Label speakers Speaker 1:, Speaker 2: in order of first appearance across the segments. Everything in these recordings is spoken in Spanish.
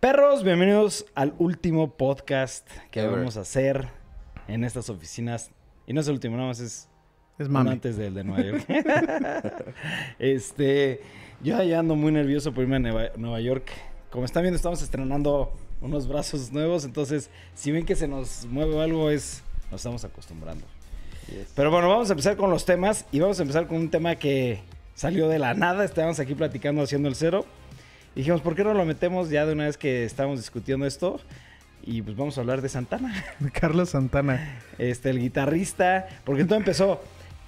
Speaker 1: Perros, bienvenidos al último podcast que vamos a hacer en estas oficinas. Y no es el último, nada más es
Speaker 2: Es
Speaker 1: uno
Speaker 2: mami.
Speaker 1: antes del de Nueva York. este, yo ya ando muy nervioso por irme a Nueva, Nueva York. Como están viendo, estamos estrenando unos brazos nuevos, entonces si ven que se nos mueve algo es nos estamos acostumbrando. Pero bueno, vamos a empezar con los temas y vamos a empezar con un tema que salió de la nada. Estábamos aquí platicando haciendo el cero. Y dijimos, ¿por qué no lo metemos ya de una vez que estábamos discutiendo esto? Y pues vamos a hablar de Santana,
Speaker 2: Carlos Santana.
Speaker 1: este, el guitarrista. Porque todo empezó.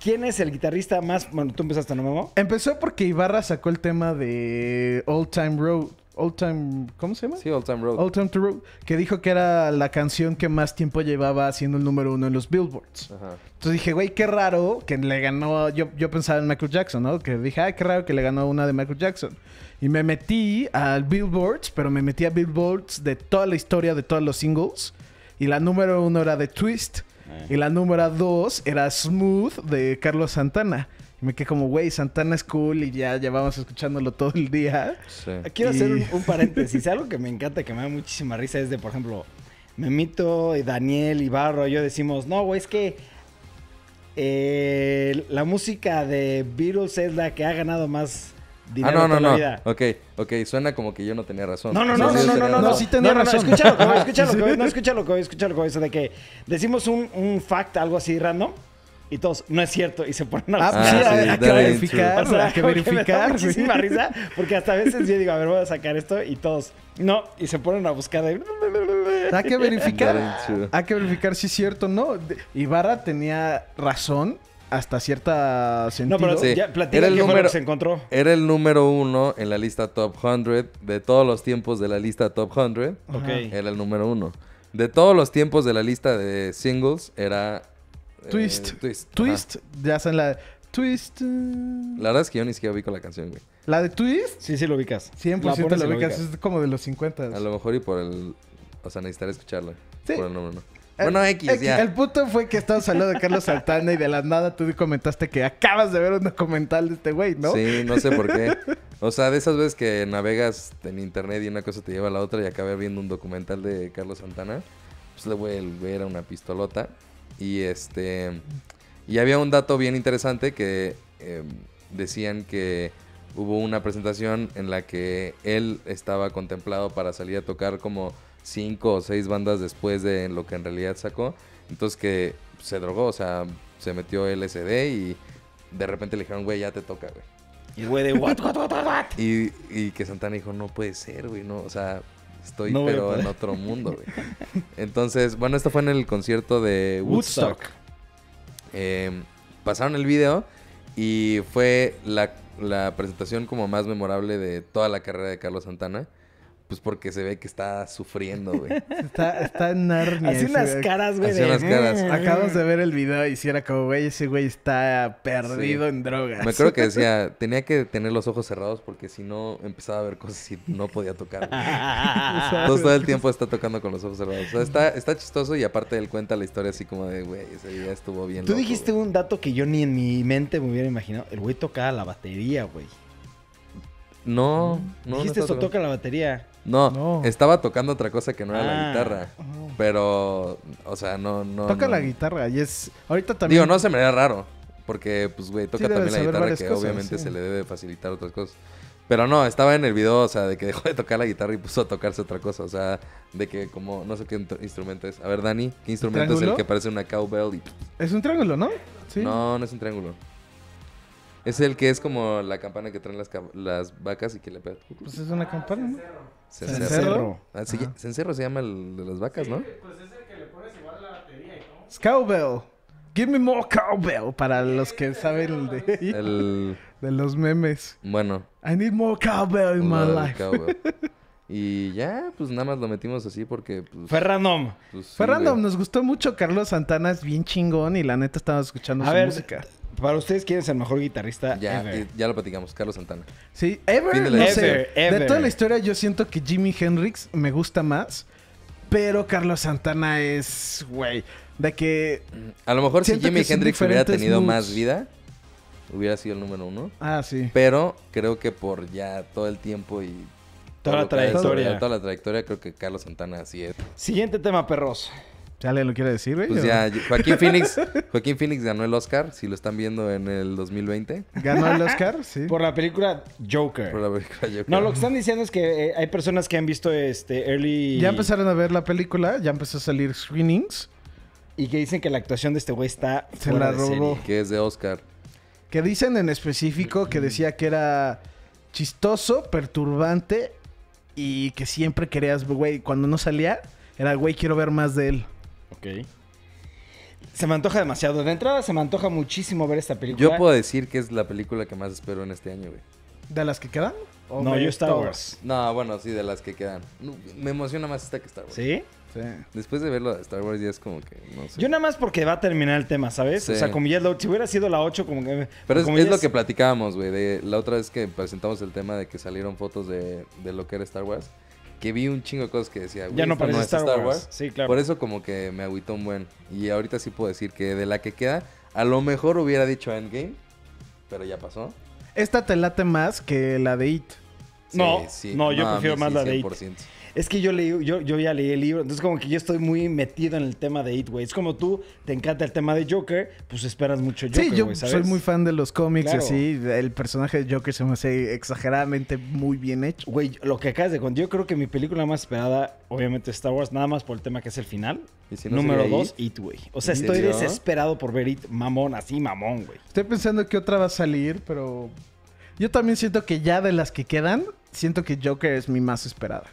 Speaker 1: ¿Quién es el guitarrista más? Bueno, tú empezaste, ¿no, Memo?
Speaker 2: Empezó porque Ibarra sacó el tema de Old Time Road. Old Time. ¿Cómo se llama?
Speaker 3: Sí, Old Time Road.
Speaker 2: Old Time to Road. Que dijo que era la canción que más tiempo llevaba siendo el número uno en los billboards.
Speaker 3: Ajá.
Speaker 2: Entonces dije, güey, qué raro que le ganó. Yo, yo pensaba en Michael Jackson, ¿no? Que dije, ah, qué raro que le ganó una de Michael Jackson. Y me metí al Billboards, pero me metí a Billboards de toda la historia de todos los singles. Y la número uno era de Twist.
Speaker 3: Ah.
Speaker 2: Y la número dos era Smooth de Carlos Santana. Y me quedé como, güey, Santana es cool y ya llevamos escuchándolo todo el día.
Speaker 3: Sí. Ah,
Speaker 1: Quiero
Speaker 2: Y-
Speaker 1: hacer un, un paréntesis. Algo que me encanta, que me da muchísima risa, es de, por ejemplo, Memito, y Daniel y Barro, yo decimos, no, güey, es que eh, la música de Beatles es la que ha ganado más
Speaker 3: Ah,
Speaker 1: dinero
Speaker 3: no, no,
Speaker 1: toda la
Speaker 3: no.
Speaker 1: vida.
Speaker 3: Ok, ok. Suena como que yo no tenía razón.
Speaker 1: No, no,
Speaker 3: O sea,
Speaker 1: no,
Speaker 3: sí,
Speaker 1: no,
Speaker 3: yo
Speaker 1: no,
Speaker 3: tenía
Speaker 1: no, no,
Speaker 3: razón.
Speaker 1: no,
Speaker 2: sí tenía
Speaker 1: no, no,
Speaker 2: razón.
Speaker 1: escucha lo que voy, escucha lo que voy, no, escucha lo que voy, escucha lo que voy, eso de que decimos un, un fact, algo así random, y todos, no es cierto, y se ponen a
Speaker 2: Ah, pues sí,
Speaker 3: sí,
Speaker 2: a ver, hay
Speaker 3: that
Speaker 2: que
Speaker 3: ain't
Speaker 2: verificar,
Speaker 1: o sea,
Speaker 2: hay que
Speaker 1: como me da
Speaker 2: verificar. güey.
Speaker 1: muchísima risa, porque hasta a veces yo digo, a ver, voy a sacar esto, y todos, no, y se ponen a buscar ahí.
Speaker 2: Hay que verificar.
Speaker 3: That ain't true.
Speaker 2: Hay que verificar si es cierto o no. De- Ibarra tenía razón hasta cierta
Speaker 1: No,
Speaker 2: sentido.
Speaker 1: pero
Speaker 3: Sí.
Speaker 1: ya
Speaker 3: Era
Speaker 1: platica
Speaker 3: el
Speaker 1: qué fue lo que
Speaker 3: número-
Speaker 1: se encontró.
Speaker 3: Era el número uno en la lista Top 100 de todos los tiempos de la lista Top 100.
Speaker 1: Ok.
Speaker 3: Era el número uno. De todos los tiempos de la lista de singles era... eh,
Speaker 2: Twist.
Speaker 3: twist.
Speaker 2: Twist.
Speaker 3: Ajá.
Speaker 2: Ya saben la... Twist. eh,
Speaker 3: La verdad es que yo ni siquiera ubico la canción, güey.
Speaker 2: La de Twist.
Speaker 1: Sí, sí lo ubicas.
Speaker 2: 100%
Speaker 1: La
Speaker 2: la,
Speaker 1: pones y lo
Speaker 2: ubicas. Es como de los 50.
Speaker 3: A lo mejor y por el... O sea, necesitaré escucharla.
Speaker 2: Sí.
Speaker 3: Por el número uno.
Speaker 2: Eh,
Speaker 3: Bueno, X,
Speaker 2: eh,
Speaker 3: ya.
Speaker 2: El punto fue que estabas hablando de Carlos Santana y de la nada tú comentaste que acabas de ver un documental de este güey, ¿no?
Speaker 3: Sí, no sé por qué. O sea, de esas veces que navegas en internet y una cosa te lleva a la otra y acabé viendo un documental de Carlos Santana. Pues le voy el güey era una pistolota. Y este. Y había un dato bien interesante que eh, decían que hubo una presentación en la que él estaba contemplado para salir a tocar como cinco o seis bandas después de lo que en realidad sacó. Entonces que se drogó, o sea, se metió LSD y de repente le dijeron, güey, ya te toca, güey.
Speaker 1: Y el güey de what, what, what, what, what.
Speaker 3: Y, y que Santana dijo, no puede ser, güey, no, o sea, estoy
Speaker 1: No voy a
Speaker 3: pero
Speaker 1: poder".
Speaker 3: en otro mundo, güey. Entonces, bueno, esto fue en el concierto de Woodstock.
Speaker 1: Woodstock.
Speaker 3: Eh, pasaron el video y fue la, la presentación como más memorable de toda la carrera de Carlos Santana. Pues porque se ve que está sufriendo, güey.
Speaker 2: Está, está en Narnia.
Speaker 1: Así
Speaker 2: ese
Speaker 1: unas
Speaker 2: güey.
Speaker 1: caras, güey.
Speaker 3: Así
Speaker 1: de- "Mm".
Speaker 3: unas caras.
Speaker 2: Acabamos de ver el video y si era como, güey, ese güey está perdido
Speaker 3: Sí.
Speaker 2: en drogas.
Speaker 3: Me acuerdo que decía, tenía que tener los ojos cerrados porque si no empezaba a ver cosas y no podía tocar. güey". Entonces todo el tiempo está tocando con los ojos cerrados. O sea, está, está chistoso y aparte él cuenta la historia así como de, güey, ese día estuvo bien.
Speaker 1: Tú
Speaker 3: loco,
Speaker 1: dijiste un dato que yo ni en mi mente me hubiera imaginado. El güey tocaba la batería, güey.
Speaker 3: güey". No, no. no
Speaker 1: Dijiste
Speaker 3: estaba
Speaker 1: esto,
Speaker 3: tocando-
Speaker 1: toca la batería.
Speaker 3: No,
Speaker 2: No.
Speaker 3: estaba tocando otra cosa que no era
Speaker 1: Ah.
Speaker 3: la guitarra. Pero, o sea, no, no.
Speaker 2: Toca
Speaker 3: no.
Speaker 2: la guitarra y es... Ahorita también...
Speaker 3: Digo, no se me haría raro. Porque, pues, güey, toca
Speaker 2: debe
Speaker 3: también la
Speaker 2: saber
Speaker 3: guitarra
Speaker 2: varias
Speaker 3: que
Speaker 2: cosas,
Speaker 3: obviamente
Speaker 2: sí.
Speaker 3: se le debe facilitar otras cosas. Pero no, estaba en el video, o sea, de que dejó de tocar la guitarra y puso a tocarse otra cosa. O sea, de que como, no sé qué int- instrumento es. A ver, Dani, ¿qué instrumento es
Speaker 2: ¿Triángulo?
Speaker 3: el que parece una cowbell? Y...
Speaker 2: Es un triángulo, ¿no? Sí.
Speaker 3: No, no es un triángulo. Es el que es como la campana que traen las, cab- las vacas y que le pega.
Speaker 2: Pues es una campana, ¿no?
Speaker 3: Cencerro.
Speaker 2: Cencerro.
Speaker 3: Ah, sí, cencerro se llama el de las vacas, ¿no?
Speaker 2: Es cowbell. Give me more cowbell para los que saben de,
Speaker 3: El...
Speaker 2: de los memes.
Speaker 3: Bueno,
Speaker 2: I need more cowbell in my
Speaker 3: Lo del
Speaker 2: life.
Speaker 3: cowbell. Y ya, pues nada más lo metimos así porque. Pues,
Speaker 1: Fue random.
Speaker 3: pues, sí,
Speaker 2: Fue random,
Speaker 3: güey.
Speaker 2: nos gustó mucho Carlos Santana, es bien chingón y la neta estábamos escuchando
Speaker 1: A
Speaker 2: su
Speaker 1: ver,
Speaker 2: música.
Speaker 1: para ustedes, ¿quién es el mejor guitarrista
Speaker 3: Ya,
Speaker 1: ever?
Speaker 3: y- ya lo platicamos, Carlos Santana.
Speaker 2: Sí, ever,
Speaker 3: Fin de la
Speaker 2: no
Speaker 3: historia.
Speaker 2: sé.
Speaker 1: Ever, ever.
Speaker 2: De toda la historia yo siento que Jimi Hendrix me gusta más, pero Carlos Santana es, güey, de que...
Speaker 3: A lo mejor
Speaker 2: Siento
Speaker 3: si Jimi
Speaker 2: que son
Speaker 3: Hendrix hubiera
Speaker 2: diferentes
Speaker 3: tenido
Speaker 2: moods.
Speaker 3: más vida, hubiera sido el número uno.
Speaker 2: Ah, sí.
Speaker 3: Pero creo que por ya todo el tiempo y
Speaker 1: Toda la
Speaker 3: lo que ha hecho,
Speaker 1: trayectoria.
Speaker 3: Toda la trayectoria creo que Carlos Santana así es.
Speaker 1: Siguiente tema, perros.
Speaker 2: ¿Sale lo quiere decir, güey?
Speaker 3: Pues
Speaker 2: ¿O-
Speaker 3: ya, Joaquín Phoenix, Joaquín Phoenix ganó el Oscar, si lo están viendo en el 2020.
Speaker 2: ¿Ganó el Oscar? Sí.
Speaker 1: Por la película Joker.
Speaker 3: Por la película Joker.
Speaker 1: No, lo que están diciendo es que eh, hay personas que han visto este Early
Speaker 2: Ya empezaron a ver la película, ya empezó a salir screenings.
Speaker 1: y que dicen que la actuación de este güey está
Speaker 2: Se
Speaker 1: fuera
Speaker 2: la
Speaker 1: de
Speaker 2: robó.
Speaker 1: serie.
Speaker 3: Que es de Oscar.
Speaker 2: Que dicen en específico que decía que era chistoso, perturbante y que siempre querías, güey, cuando no salía, era, güey, quiero ver más de él.
Speaker 1: Ok. Se me antoja demasiado. De entrada se me antoja muchísimo ver esta película.
Speaker 3: Yo puedo decir que es la película que más espero en este año, güey.
Speaker 2: ¿De las que quedan? ¿O
Speaker 1: No,
Speaker 2: de
Speaker 1: yo Star
Speaker 2: todas?
Speaker 1: Wars.
Speaker 3: No, bueno, sí, de las que quedan. No, Me emociona más esta que Star Wars.
Speaker 1: ¿Sí?
Speaker 2: Sí.
Speaker 3: Después de verlo de Star Wars ya es como que, no sé.
Speaker 1: Yo nada más porque va a terminar el tema, ¿sabes?
Speaker 3: Sí.
Speaker 1: O sea, como ya es la- si hubiera sido la 8, como que...
Speaker 3: Pero es,
Speaker 1: como
Speaker 3: es
Speaker 1: ya
Speaker 3: lo que platicábamos, güey, de la otra vez que presentamos el tema de que salieron fotos de, de lo que era Star Wars, que vi un chingo de cosas que decía, güey,
Speaker 1: Ya no
Speaker 3: esto
Speaker 1: parece
Speaker 3: es
Speaker 1: Star, Wars. Sí, claro.
Speaker 3: Por eso como que me agüitó un buen. Y ahorita sí puedo decir que de la que queda, a lo mejor hubiera dicho Endgame, pero ya pasó.
Speaker 2: Esta te late más que la de It.
Speaker 1: No, no, yo
Speaker 3: a mí
Speaker 1: prefiero más la de It.
Speaker 3: 100%.
Speaker 1: Es que yo leí, yo, yo ya leí el libro, entonces como que yo estoy muy metido en el tema de It, güey. Es como tú, te encanta el tema de Joker, pues esperas mucho Joker,
Speaker 2: sí, yo
Speaker 1: güey, ¿sabes?
Speaker 2: soy muy fan de los cómics
Speaker 1: Claro.
Speaker 2: y así. El personaje de Joker se me hace exageradamente muy bien hecho.
Speaker 1: Güey, lo que acabas de contar, yo creo que mi película más esperada, obviamente es Star Wars, nada más por el tema que es el final.
Speaker 3: ¿Y si no
Speaker 1: Número
Speaker 3: sería
Speaker 1: 2, It, güey. O sea,
Speaker 3: ¿En
Speaker 1: estoy
Speaker 3: serio?
Speaker 1: desesperado por ver It, mamón, así mamón, güey.
Speaker 2: Estoy pensando que otra va a salir, pero yo también siento que ya de las que quedan, siento que Joker es mi más esperada.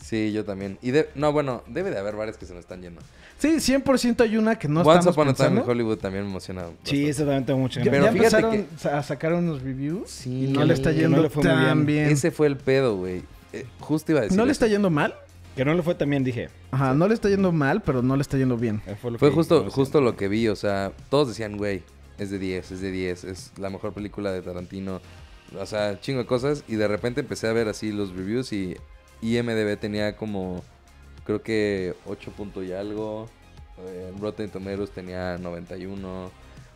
Speaker 3: Sí, yo también. Y de- no, bueno, debe de haber varias que se nos están yendo.
Speaker 2: Sí, 100% hay una que no
Speaker 3: Once
Speaker 2: estamos
Speaker 3: Upon a Time
Speaker 2: pensando.
Speaker 3: in Hollywood también me emociona.
Speaker 1: Sí,
Speaker 3: bastante.
Speaker 1: eso también tengo mucho
Speaker 2: Ya,
Speaker 3: Pero
Speaker 2: ya
Speaker 3: fíjate
Speaker 2: empezaron a sacar unos reviews
Speaker 1: Sí,
Speaker 2: y no
Speaker 1: que
Speaker 2: le está
Speaker 1: no- que
Speaker 2: yendo
Speaker 1: no le fue muy
Speaker 2: tan
Speaker 1: bien.
Speaker 2: bien.
Speaker 3: Ese fue el pedo, güey. Eh, justo iba a decir.
Speaker 2: ¿No le
Speaker 3: eso.
Speaker 2: está yendo mal?
Speaker 1: Que no le fue también, dije.
Speaker 2: Ajá, no le está yendo mal, pero no le está yendo bien.
Speaker 1: Eh, Fue, lo
Speaker 3: Fue
Speaker 1: que-
Speaker 3: justo,
Speaker 1: no sé.
Speaker 3: justo lo que vi, o sea, todos decían, güey, es de 10, es de 10, es la mejor película de Tarantino, o sea, chingo de cosas, y de repente empecé a ver así los reviews y IMDB tenía como, creo que 8 punto y algo, eh, en Rotten Tomatoes tenía 91, o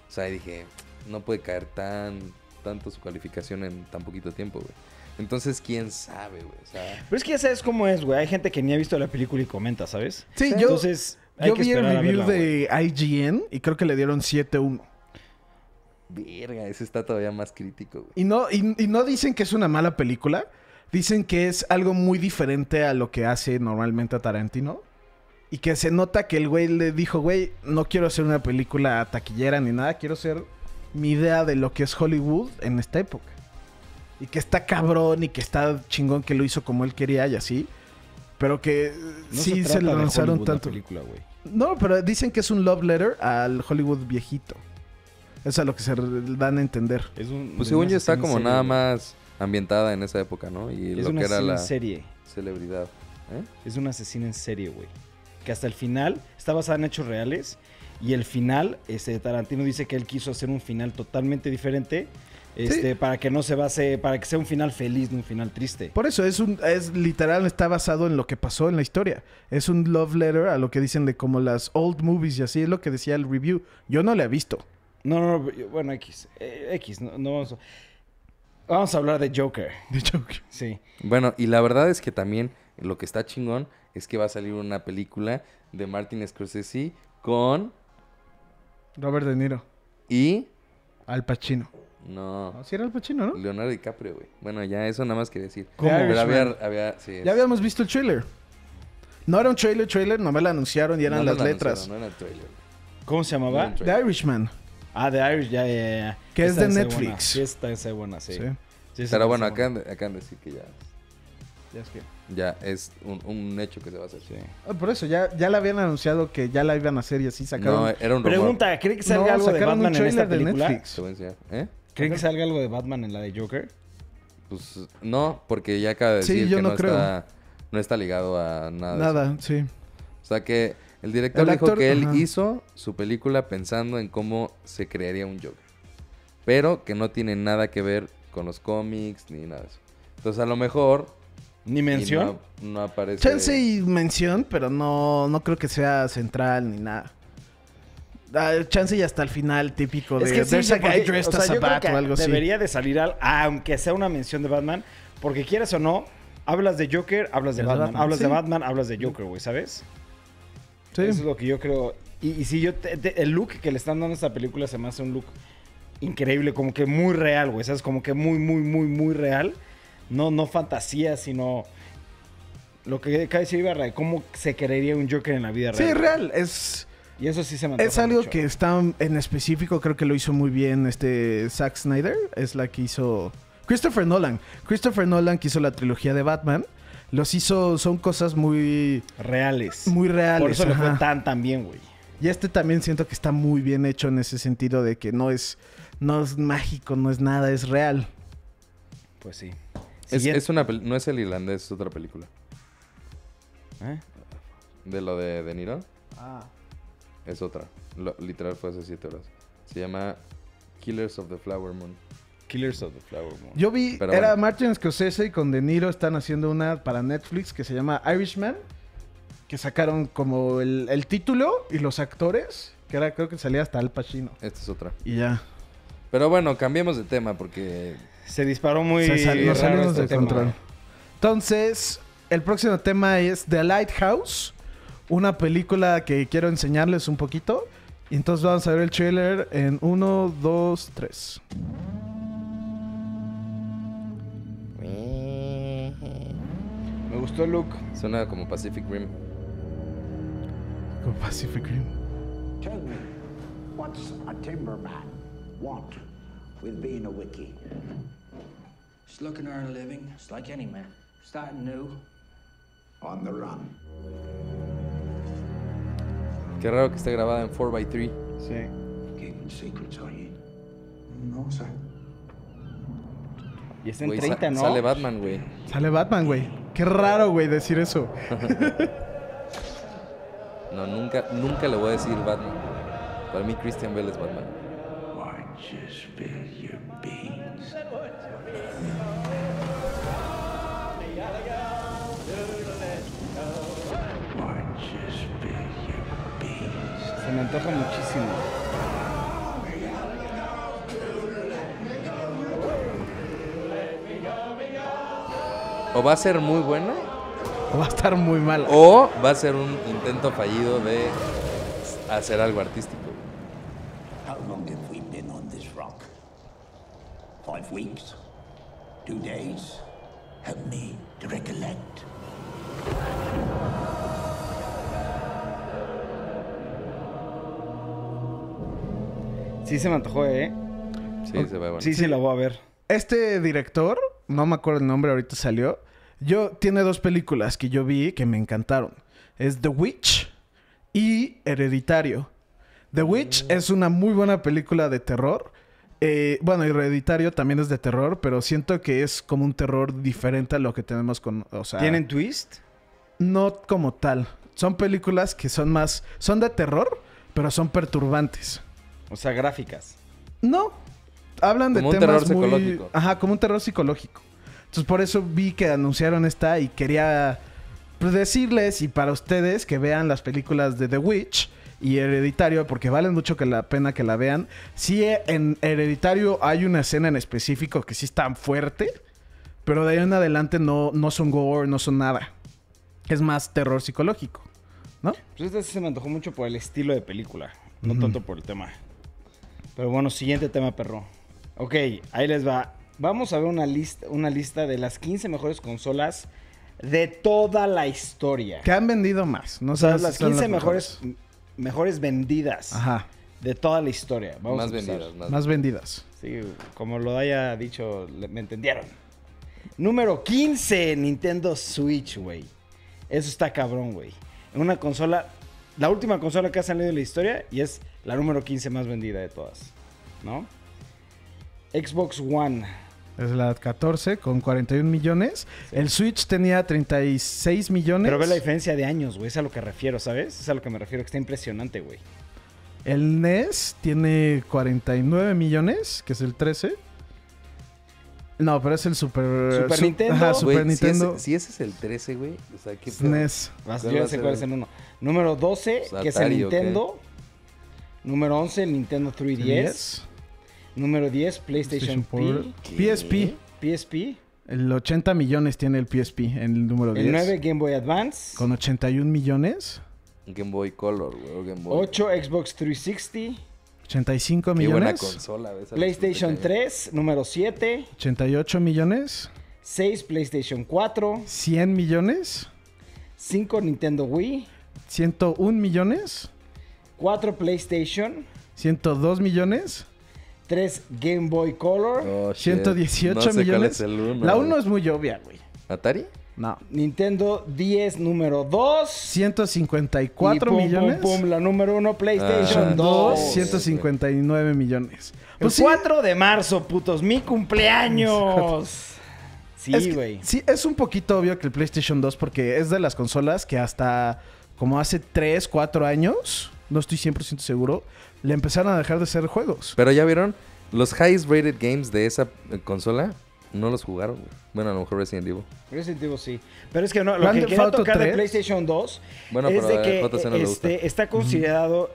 Speaker 3: sea, y dije, no puede caer tan, tanto su calificación en tan poquito tiempo, güey. Entonces, quién sabe, güey, o sea...
Speaker 1: Pero es que ya sabes cómo es, güey. Hay gente que ni ha visto la película y comenta, ¿sabes?
Speaker 2: Sí, yo,
Speaker 1: Entonces, hay
Speaker 2: yo
Speaker 1: que
Speaker 2: vi el
Speaker 1: esperar a
Speaker 2: review
Speaker 1: verla, güey.
Speaker 2: de IGN y creo que le dieron 7-1.
Speaker 3: Verga, ese está todavía más crítico, güey.
Speaker 2: Y no, y, y no dicen que es una mala película. Dicen que es algo muy diferente a lo que hace normalmente a Tarantino. Y que se nota que el güey le dijo, güey, no quiero hacer una película taquillera ni nada. Quiero hacer mi idea de lo que es Hollywood en esta época. Y que está cabrón y que está chingón que lo hizo como él quería y así. Pero que eh,
Speaker 1: No
Speaker 2: sí se,
Speaker 1: trata
Speaker 2: le
Speaker 1: de
Speaker 2: lanzaron
Speaker 1: Hollywood la
Speaker 2: tanto.
Speaker 1: película, güey.
Speaker 2: No, pero dicen que es un love letter al Hollywood viejito. Eso es a lo que se re- dan a entender.
Speaker 1: Es un-
Speaker 3: Pues
Speaker 1: es
Speaker 3: según
Speaker 1: una
Speaker 3: yo está
Speaker 1: asesina
Speaker 3: como
Speaker 1: en
Speaker 3: nada
Speaker 1: serie,
Speaker 3: más ambientada en esa época, ¿no? Y
Speaker 1: güey. Es
Speaker 3: lo
Speaker 1: una
Speaker 3: que era
Speaker 1: asesina
Speaker 3: la
Speaker 1: en serie.
Speaker 3: celebridad. ¿eh?
Speaker 1: Es una asesina en serie, güey. Que hasta el final está basada en hechos reales. Y el final, este, Tarantino dice que él quiso hacer un final totalmente diferente. Este, para que no se base, para que sea un final feliz, no un final triste.
Speaker 2: Por eso es un es literal está basado en lo que pasó en la historia. Es un love letter a lo que dicen de como las old movies y así es lo que decía el review. Yo no la he visto.
Speaker 1: No, no, no, yo- bueno, X. eh, X, no, no vamos a... Vamos a hablar de Joker,
Speaker 2: De Joker.
Speaker 1: sí.
Speaker 3: Bueno, y la verdad es que también lo que está chingón es que va a salir una película de Martin Scorsese con
Speaker 2: Robert De Niro.
Speaker 3: y
Speaker 2: Al Pacino.
Speaker 3: no
Speaker 2: Así era Al Pacino, ¿no?
Speaker 3: Leonardo DiCaprio, güey. Bueno, ya eso nada más quería decir.
Speaker 2: ¿Cómo?
Speaker 3: Pero
Speaker 2: Irishman.
Speaker 3: había, había sí,
Speaker 2: Ya habíamos visto el trailer. No era un trailer, trailer, nomás la anunciaron y eran
Speaker 3: no
Speaker 2: las
Speaker 3: lo
Speaker 2: letras.
Speaker 3: anunciaron, No era el trailer.
Speaker 1: ¿Cómo se llamaba?
Speaker 3: Bien.
Speaker 2: The Irishman.
Speaker 1: Ah, The Irish, ya, ya, ya.
Speaker 2: Que es
Speaker 1: Esta
Speaker 2: de
Speaker 1: está
Speaker 2: Netflix.
Speaker 1: buena, Sí, está esa buena, sí.
Speaker 2: Sí.
Speaker 1: Sí, esa
Speaker 3: Pero
Speaker 1: está
Speaker 3: bueno,
Speaker 1: buena.
Speaker 3: acaban de, acaban de decir que ya,
Speaker 1: Ya es que-
Speaker 3: ya es un, un hecho que se va a hacer.
Speaker 1: sí.
Speaker 2: Ah, Por eso ya, ya la habían anunciado que ya la iban a hacer y así sacaron.
Speaker 3: No, eh, era un rumor.
Speaker 1: Pregunta, ¿cree que salga
Speaker 2: No,
Speaker 1: algo de
Speaker 2: sacaron un
Speaker 1: Batman en esta
Speaker 2: tráiler de
Speaker 1: película?
Speaker 2: Netflix.
Speaker 3: Te voy a enseñar, ¿eh?
Speaker 1: ¿Creen que salga algo de Batman en la de Joker?
Speaker 3: Pues no, porque ya acaba de
Speaker 2: Sí,
Speaker 3: decir
Speaker 2: yo
Speaker 3: que
Speaker 2: no
Speaker 3: no,
Speaker 2: creo.
Speaker 3: está no está ligado a nada. de eso.
Speaker 2: Nada, sí.
Speaker 3: O sea que el director
Speaker 2: El
Speaker 3: dijo
Speaker 2: actor,
Speaker 3: que él
Speaker 2: ajá.
Speaker 3: hizo su película pensando en cómo se crearía un Joker. Pero que no tiene nada que ver con los cómics ni nada de eso. Entonces a lo mejor
Speaker 1: ¿Ni
Speaker 3: y
Speaker 1: mención?
Speaker 3: no, no aparece
Speaker 2: Chance y mención, pero no, no creo que sea central ni nada. Ah, chance y hasta el final típico de "There's a guy
Speaker 1: porque-
Speaker 2: dressed
Speaker 1: o sea,
Speaker 2: as a
Speaker 1: yo creo
Speaker 2: bat"
Speaker 1: que
Speaker 2: o algo así.
Speaker 1: Debería de salir, al, aunque sea una mención de Batman, porque quieras o no, Hablas de Joker, hablas de
Speaker 2: Es de
Speaker 1: Batman.
Speaker 2: Batman,
Speaker 1: Hablas de
Speaker 2: sí.
Speaker 1: Batman, hablas de Joker, güey, ¿sabes?
Speaker 2: Sí.
Speaker 1: Eso es lo que yo creo. Y, y sí, yo te- te- el look que le están dando a esta película se me hace un look increíble, como que muy real, güey. ¿Sabes? Como que muy, muy, muy, muy real. No, no fantasía, sino lo que Kai se iba a cómo se creería un Joker en la vida
Speaker 2: Sí,
Speaker 1: real.
Speaker 2: real. Es,
Speaker 1: Y eso sí se me antoja
Speaker 2: es algo
Speaker 1: mucho.
Speaker 2: que está en específico, creo que lo hizo muy bien este Zack Snyder. Es la que hizo Christopher Nolan. Christopher Nolan que hizo la trilogía de Batman. Los hizo, son cosas muy,
Speaker 1: Reales.
Speaker 2: muy reales.
Speaker 1: Por eso le fue
Speaker 2: ajá.
Speaker 1: tan, tan bien, güey.
Speaker 2: Y este también siento que está muy bien hecho en ese sentido de que no es, no es mágico, no es nada, es real.
Speaker 1: Pues sí.
Speaker 3: Es,
Speaker 1: Siguiente-
Speaker 3: es una pel- no es el irlandés, es otra película.
Speaker 1: ¿Eh?
Speaker 3: De lo de De Niro,
Speaker 2: Ah.
Speaker 3: es otra. Lo- literal fue hace 7 horas. Se llama Killers of the Flower Moon.
Speaker 1: Killers of the Flower Moon.
Speaker 2: Yo vi,
Speaker 3: Pero
Speaker 2: era
Speaker 3: bueno.
Speaker 2: Martin Scorsese y con De Niro están haciendo una para Netflix que se llama Irishman, que sacaron como el, el título y los actores, que era creo que salía hasta Al Pacino.
Speaker 3: Esta es otra.
Speaker 2: Y ya.
Speaker 3: Pero bueno, cambiemos de tema porque
Speaker 1: Se disparó muy
Speaker 2: Se sal- nos
Speaker 1: raro
Speaker 2: salimos
Speaker 1: este
Speaker 2: de
Speaker 1: tema,
Speaker 2: control.
Speaker 1: güey.
Speaker 2: Entonces, el próximo tema es The Lighthouse, una película que quiero enseñarles un poquito. Y entonces vamos a ver el trailer en 1, 2, 3.
Speaker 1: Me gustó el look.
Speaker 3: suena como Pacific Rim.
Speaker 2: Con Pacific Rim.
Speaker 4: Tell me, what's a timberman want with being a wiki?
Speaker 5: Just looking to earn a living, just like any man. Starting new.
Speaker 4: On the run.
Speaker 3: Qué raro que esté grabada en 4x3.
Speaker 1: Sí.
Speaker 4: Keeping secrets, are you?
Speaker 5: No, sir.
Speaker 1: Y está en
Speaker 3: Güey, sa-
Speaker 1: 30, ¿no?
Speaker 3: Sale Batman, güey.
Speaker 2: Sale Batman, güey. Qué raro, güey, decir eso.
Speaker 3: No, nunca, nunca le voy a decir Batman. Para mí Christian Bale es Batman.
Speaker 4: Why just spill your beans? Why just spill your beans?
Speaker 1: Se me antoja muchísimo.
Speaker 3: O va a ser muy bueno
Speaker 2: Va a estar muy mal.
Speaker 3: o va a ser un intento fallido de hacer algo artístico.
Speaker 4: How long have we been on this rock? Five weeks? Two days? Help me to recollect.
Speaker 1: Sí se me antojó, ¿eh?
Speaker 3: Sí, se ve bueno.
Speaker 1: Sí, sí, la voy a ver.
Speaker 2: Este director, no me acuerdo el nombre, ahorita salió. Yo tiene dos películas que yo vi que me encantaron. Es The Witch y Hereditario. The Witch es una muy buena película de terror. Eh, bueno, Hereditario también es de terror, pero siento que es como un terror diferente a lo que tenemos con, o sea,
Speaker 1: ¿Tienen twist?
Speaker 2: no como tal. Son películas que son más, son de terror, pero son perturbantes.
Speaker 1: O sea, gráficas.
Speaker 2: No. Hablan de
Speaker 3: Como un
Speaker 2: temas
Speaker 3: terror
Speaker 2: muy-
Speaker 3: psicológico.
Speaker 2: Ajá, como un terror psicológico. Entonces por eso vi que anunciaron esta y quería pues, decirles y para ustedes que vean las películas de The Witch y Hereditario porque valen mucho que la pena que la vean. Sí en Hereditario hay una escena en específico que sí es tan fuerte, pero de ahí en adelante no no son gore, no son nada. Es más terror psicológico, ¿no?
Speaker 1: Pues esta sí se me antojó mucho por el estilo de película. No tanto por el tema. Pero bueno, siguiente tema, perro. Ok, ahí les va. Vamos a ver una lista, una lista de las 15 mejores consolas de toda la historia.
Speaker 2: Que han vendido más, no
Speaker 1: O sea,
Speaker 2: sabes
Speaker 1: las 15 mejores, mejores vendidas
Speaker 2: Ajá,
Speaker 1: de toda la historia. Vamos
Speaker 3: más
Speaker 1: a empezar.
Speaker 3: vendidas, más.
Speaker 2: más vendidas.
Speaker 1: Sí, como lo haya dicho, le- me entendieron. Número 15, Nintendo Switch, güey. Eso está cabrón, güey. Una consola, la última consola que ha salido de la historia y es la número 15 más vendida de todas, ¿no? Xbox One.
Speaker 2: Es la 14 con 41 millones. El Switch tenía 36 millones.
Speaker 1: Pero ve la diferencia de años, güey. Es a lo que refiero, ¿sabes? Es a lo que me refiero, que está impresionante, güey.
Speaker 2: el NES tiene 49 millones, que es el 13. No, pero es el Super...
Speaker 1: Super
Speaker 2: Su-
Speaker 1: Nintendo. E
Speaker 2: Ajá,
Speaker 1: Güey,
Speaker 2: Super
Speaker 3: Güey, si ese-
Speaker 2: Nintendo. E
Speaker 3: Si ese, es el 13, güey. O sea, qué pedo.
Speaker 2: NES.
Speaker 1: Vas-
Speaker 3: ¿Cuál
Speaker 1: yo ya
Speaker 3: va a
Speaker 1: sé
Speaker 3: ser
Speaker 1: cuál es
Speaker 3: el-
Speaker 1: el uno. Número 12,
Speaker 3: Pues,
Speaker 1: que es el
Speaker 3: Atari, ¿o qué?
Speaker 1: Nintendo. Número 11, el Nintendo 3DS.
Speaker 2: 10,
Speaker 1: Número 10, PlayStation,
Speaker 2: PlayStation
Speaker 1: P.
Speaker 2: Portable. PSP.
Speaker 1: PSP.
Speaker 2: El 80 millones tiene el PSP en el número 10.
Speaker 1: El 9 Game Boy Advance.
Speaker 2: Con 81 millones.
Speaker 3: Game Boy Color, güey. o Game Boy.
Speaker 1: 8 Xbox 360.
Speaker 2: 85
Speaker 3: Qué buena
Speaker 2: millones.
Speaker 3: consola. esa la
Speaker 1: PlayStation
Speaker 3: disfruté
Speaker 1: 3, número 7.
Speaker 2: 88 millones.
Speaker 1: 6 PlayStation 4.
Speaker 2: 100 millones.
Speaker 1: 5 Nintendo Wii.
Speaker 2: 101 millones.
Speaker 1: 4 PlayStation.
Speaker 2: 102 millones.
Speaker 1: 3 Game Boy
Speaker 3: cañón.
Speaker 1: Color.
Speaker 3: Oh, shit.
Speaker 2: 118
Speaker 3: No sé cuál
Speaker 2: millones.
Speaker 3: es el uno,
Speaker 2: la
Speaker 3: güey.
Speaker 2: 1 es muy obvia, güey.
Speaker 3: ¿Atari?
Speaker 2: No.
Speaker 1: Nintendo 10, número 2.
Speaker 2: 154 millones.
Speaker 1: Pum, pum, la número 1 PlayStation
Speaker 3: Ah,
Speaker 1: 2.
Speaker 3: dos.
Speaker 2: 159 millones.
Speaker 1: El
Speaker 2: Pues sí,
Speaker 1: 4 de marzo, putos, mi cumpleaños.
Speaker 2: es
Speaker 1: Sí,
Speaker 2: que-
Speaker 1: güey.
Speaker 2: sí, es un poquito obvio que el PlayStation 2, porque es de las consolas que hasta como hace 3, 4 años, no estoy 100% seguro, le empezaron a dejar de ser juegos.
Speaker 3: Pero ya vieron, los highest rated games de esa eh, consola no los jugaron, güey. Bueno, a lo mejor Resident Evil.
Speaker 1: Resident Evil sí. Pero es que no, lo
Speaker 2: Grand
Speaker 1: que
Speaker 2: Theft
Speaker 1: quiero
Speaker 2: Auto
Speaker 1: tocar de
Speaker 2: 3.
Speaker 1: PlayStation 2
Speaker 3: Bueno,
Speaker 1: es
Speaker 3: pero
Speaker 1: de
Speaker 3: a
Speaker 1: que
Speaker 3: JC no le gusta.
Speaker 1: este, está considerado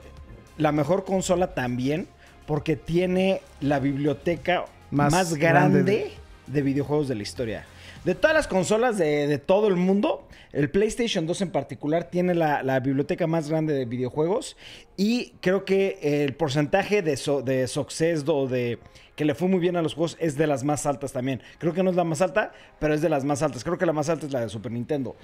Speaker 1: la mejor consola también porque tiene la biblioteca más,
Speaker 2: Más
Speaker 1: grande,
Speaker 2: grande
Speaker 1: de...
Speaker 2: de-
Speaker 1: videojuegos de la historia. De todas las consolas de, de todo el mundo, el PlayStation 2 en particular tiene la, la biblioteca más grande de videojuegos y creo que el porcentaje de, so- de success o de que le fue muy bien a los juegos es de las más altas también. Creo que no es la más alta, pero es de las más altas. Creo que la más alta es la de Super Nintendo.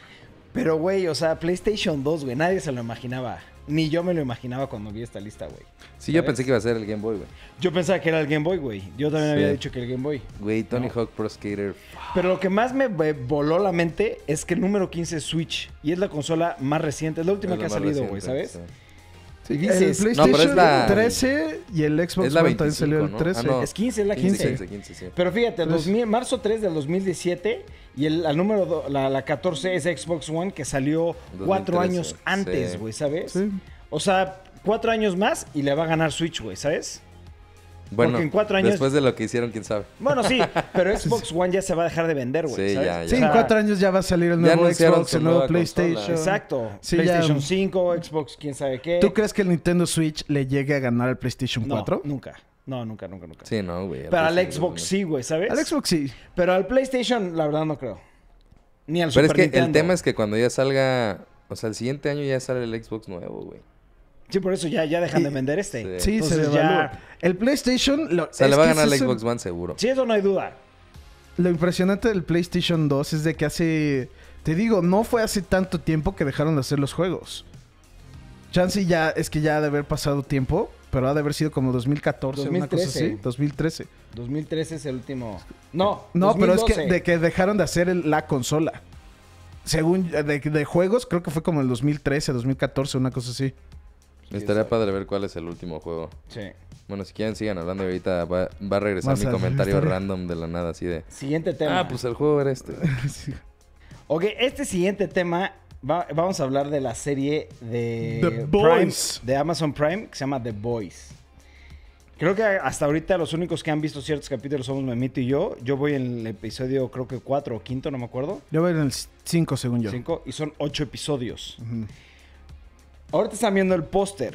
Speaker 1: Pero, güey, o sea, PlayStation 2, güey, nadie se lo imaginaba. Ni yo me lo imaginaba cuando vi esta lista, güey.
Speaker 3: Sí, yo pensé que iba a ser el Game Boy, güey.
Speaker 1: Yo pensaba que era el Game Boy, güey. Yo también
Speaker 3: Sí.
Speaker 1: había dicho que el Game Boy.
Speaker 3: Güey, Tony Hawk Pro Skater.
Speaker 1: Pero lo que más me ve- voló la mente es que el número 15 es Switch. Y es la consola más reciente, es la última
Speaker 3: es
Speaker 1: que
Speaker 3: la
Speaker 1: ha
Speaker 3: más
Speaker 1: salido, güey,
Speaker 3: reciente,
Speaker 1: ¿sabes?
Speaker 3: sí.
Speaker 1: Y
Speaker 2: El
Speaker 1: dices,
Speaker 2: PlayStation
Speaker 3: No, pero es la-
Speaker 2: 13 y el Xbox
Speaker 3: Es la
Speaker 2: One también
Speaker 3: 25,
Speaker 2: salió el
Speaker 3: ¿no?
Speaker 2: 13.
Speaker 3: Ah, no.
Speaker 1: es 15, es la 15.
Speaker 3: 15, 15, 15, sí.
Speaker 1: Pero fíjate,
Speaker 2: Entonces-
Speaker 1: 2000 marzo 3 del 2017 y el, la número do- la, la 14 es Xbox One que salió cuatro
Speaker 3: 2013,
Speaker 1: años antes,
Speaker 3: sí.
Speaker 1: güey, ¿sabes?
Speaker 2: Sí.
Speaker 1: O sea, cuatro años más y le va a ganar Switch, güey, ¿sabes?
Speaker 3: Bueno,
Speaker 1: Porque en cuatro años-
Speaker 3: después de lo que hicieron, quién sabe.
Speaker 1: Bueno, sí, pero Xbox One ya se va a dejar de vender, güey.
Speaker 3: Sí,
Speaker 1: ¿sabes?
Speaker 3: ya, ya.
Speaker 2: Sí,
Speaker 1: O sea,
Speaker 2: en cuatro años ya va a salir el
Speaker 3: Ya
Speaker 2: nuevo
Speaker 3: anunciaron
Speaker 2: Xbox,
Speaker 3: su
Speaker 2: el nuevo
Speaker 3: nueva consola.
Speaker 2: PlayStation.
Speaker 1: Exacto.
Speaker 2: Sí, ya.
Speaker 1: PlayStation 5, Xbox, quién sabe qué.
Speaker 2: ¿Tú crees que el Nintendo Switch le llegue a ganar al PlayStation
Speaker 1: No,
Speaker 2: 4?
Speaker 1: nunca. No, nunca, nunca, nunca.
Speaker 3: Sí, no, güey.
Speaker 1: Para el
Speaker 3: Resident
Speaker 1: Xbox
Speaker 3: Evil,
Speaker 1: sí, güey, ¿sabes?
Speaker 2: Al Xbox sí.
Speaker 1: Pero al PlayStation, la verdad, no creo. Ni al
Speaker 3: güey. Pero
Speaker 1: Super
Speaker 3: es que el
Speaker 1: Nintendo.
Speaker 3: tema es que cuando ya salga. O sea, el siguiente año ya sale el Xbox nuevo, güey.
Speaker 1: Sí, por eso ya, ya dejan de
Speaker 2: Y-
Speaker 1: vender este.
Speaker 3: Sí.
Speaker 2: Sí, se
Speaker 1: Entonces,
Speaker 2: devalúa.
Speaker 1: ya-
Speaker 2: El PlayStation... Lo,
Speaker 3: O sea,
Speaker 2: es
Speaker 3: le va a
Speaker 2: que
Speaker 3: ganar
Speaker 2: ese
Speaker 3: el
Speaker 2: es un-
Speaker 3: Xbox One seguro.
Speaker 1: Sí, eso no hay duda.
Speaker 2: Lo impresionante del PlayStation 2 es de que hace... Te digo, no fue hace tanto tiempo que dejaron de hacer los juegos. Chance ya es que ya ha de haber pasado tiempo, pero ha de haber sido como 2014, una cosa
Speaker 1: 2013.
Speaker 2: así. 2013.
Speaker 1: 2013 es el último. No,
Speaker 2: No, pero es que
Speaker 1: 2012.
Speaker 2: de que dejaron de hacer el- la consola. Según de, de juegos, creo que fue como el 2013, 2014, una cosa así.
Speaker 3: Estaría padre ver cuál es el último juego.
Speaker 1: Sí.
Speaker 3: Bueno, si quieren, sigan hablando. y Ahorita va, va a regresar
Speaker 2: Más
Speaker 3: mi
Speaker 2: a-
Speaker 3: comentario
Speaker 2: historia.
Speaker 3: random de la nada, así de.
Speaker 1: Siguiente tema.
Speaker 3: Ah, pues el juego era este.
Speaker 2: Sí.
Speaker 1: Ok, este siguiente tema va- vamos a hablar de la serie de
Speaker 2: The
Speaker 1: Prime-
Speaker 2: Boys.
Speaker 1: de Amazon Prime que se llama The Boys. Creo que hasta ahorita los únicos que han visto ciertos capítulos somos Memito y yo. Yo voy en el episodio creo que 4 o 5, no me acuerdo.
Speaker 2: Yo voy en el 5, según yo.
Speaker 1: Cinco, y son 8 episodios. Ahorita están viendo el póster,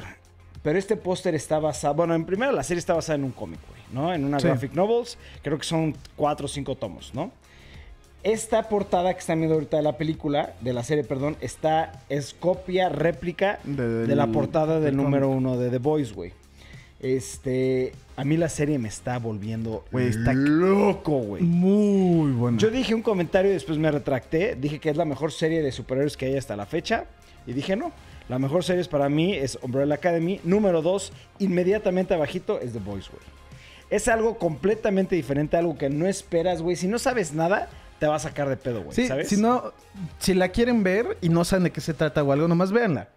Speaker 1: pero este póster está basado, bueno, en primera la serie está basada en un cómic, güey, ¿no? En una
Speaker 2: Sí.
Speaker 1: graphic novels, creo que son 4 o 5 tomos, ¿no? Esta portada que están viendo ahorita de la película, de la serie, perdón, está, es copia, réplica de,
Speaker 2: Del-
Speaker 1: la portada del
Speaker 2: del
Speaker 1: número uno de The Boys, güey. Este, a mí la serie me está volviendo
Speaker 2: Güey, está
Speaker 1: loco, güey.
Speaker 2: Muy bueno.
Speaker 1: Yo dije un comentario y después me retracté. Dije que es la mejor serie de superhéroes que hay hasta la fecha. Y dije no. La mejor serie para mí es Umbrella Academy. Número 2, inmediatamente abajito, es The Boys, güey. Es algo completamente diferente, algo que no esperas, güey. Si no sabes nada, te va a sacar de pedo, güey.
Speaker 2: Sí,
Speaker 1: ¿Sabes?
Speaker 2: si no, si la quieren ver y no saben de qué se trata o algo, nomás véanla.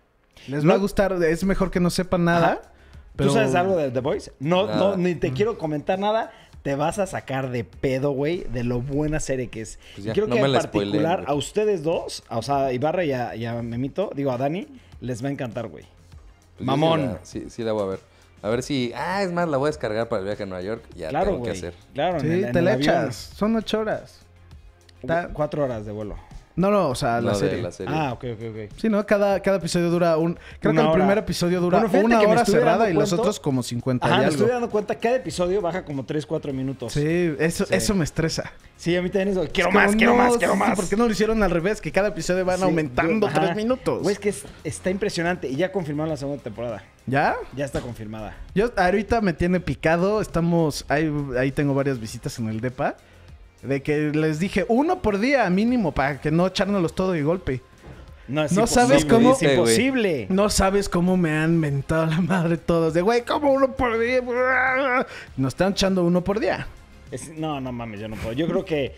Speaker 2: Les va
Speaker 1: No.
Speaker 2: a gustar, es mejor que no sepan nada.
Speaker 1: Ajá.
Speaker 2: pero-
Speaker 1: ¿Tú sabes algo de The Boys? No, no,
Speaker 3: Nada.
Speaker 1: ni te quiero comentar nada. Te vas a sacar de pedo, güey, de lo buena serie que es.
Speaker 3: Pues
Speaker 1: y
Speaker 3: ya,
Speaker 1: creo
Speaker 3: no
Speaker 1: que
Speaker 3: me
Speaker 1: en
Speaker 3: la spoileen,
Speaker 1: particular
Speaker 3: güey.
Speaker 1: a ustedes dos, a- o sea, a Ibarra y a, y a Memito, digo a Dani, les va a encantar, güey.
Speaker 3: Pues yo sí
Speaker 1: Mamón.
Speaker 3: la- Sí, sí, la voy a ver. A ver si. Ah, es más, la voy a descargar para el viaje a Nueva York. Ya
Speaker 1: claro,
Speaker 3: tengo que
Speaker 1: güey.
Speaker 3: hacer.
Speaker 1: Claro, en
Speaker 2: Sí,
Speaker 1: el- en
Speaker 2: te
Speaker 1: el
Speaker 2: la
Speaker 1: avión.
Speaker 2: echas. Son ocho horas.
Speaker 1: Cu- Cuatro horas de vuelo.
Speaker 2: No, no, o sea, la
Speaker 3: no,
Speaker 2: serie.
Speaker 3: de la serie.
Speaker 1: Ah, ok, ok, ok.
Speaker 2: Sí, ¿no? Cada, cada episodio dura un... Creo
Speaker 1: Una
Speaker 2: que el
Speaker 1: hora.
Speaker 2: primer episodio dura
Speaker 1: Bueno, fíjate
Speaker 2: una
Speaker 1: que me
Speaker 2: hora
Speaker 1: estuve
Speaker 2: cerrada
Speaker 1: dando
Speaker 2: y los
Speaker 1: cuenta-
Speaker 2: otros como 50
Speaker 1: Ajá,
Speaker 2: y
Speaker 1: me
Speaker 2: algo.
Speaker 1: estuve dando cuenta, cada episodio baja como 3, 4 minutos.
Speaker 2: Sí, eso,
Speaker 1: Sí.
Speaker 2: eso me estresa.
Speaker 1: Sí, a mí también eso. Quiero
Speaker 2: Es
Speaker 1: más,
Speaker 2: como,
Speaker 1: quiero
Speaker 2: no,
Speaker 1: más, quiero
Speaker 2: sí,
Speaker 1: más.
Speaker 2: ¿Por qué no lo hicieron al revés? Que cada episodio van
Speaker 1: Sí, yo-
Speaker 2: aumentando
Speaker 1: ajá.
Speaker 2: tres minutos.
Speaker 1: Güey, es que es- está impresionante. Y ya confirmaron la segunda temporada.
Speaker 2: ¿Ya?
Speaker 1: Ya está confirmada.
Speaker 2: Yo ahorita me tiene picado. Estamos. Ahí, ahí tengo varias visitas en el DEPA. De que les dije uno por día mínimo para que no echárnoslos todo de golpe.
Speaker 1: No, es
Speaker 2: No
Speaker 1: imposible,
Speaker 2: sabes cómo-
Speaker 1: Es imposible.
Speaker 2: No sabes cómo me han mentado la madre todos. De güey, ¿cómo uno por día? Nos están echando uno por día.
Speaker 1: Es- no, no mames, yo no puedo. Yo creo que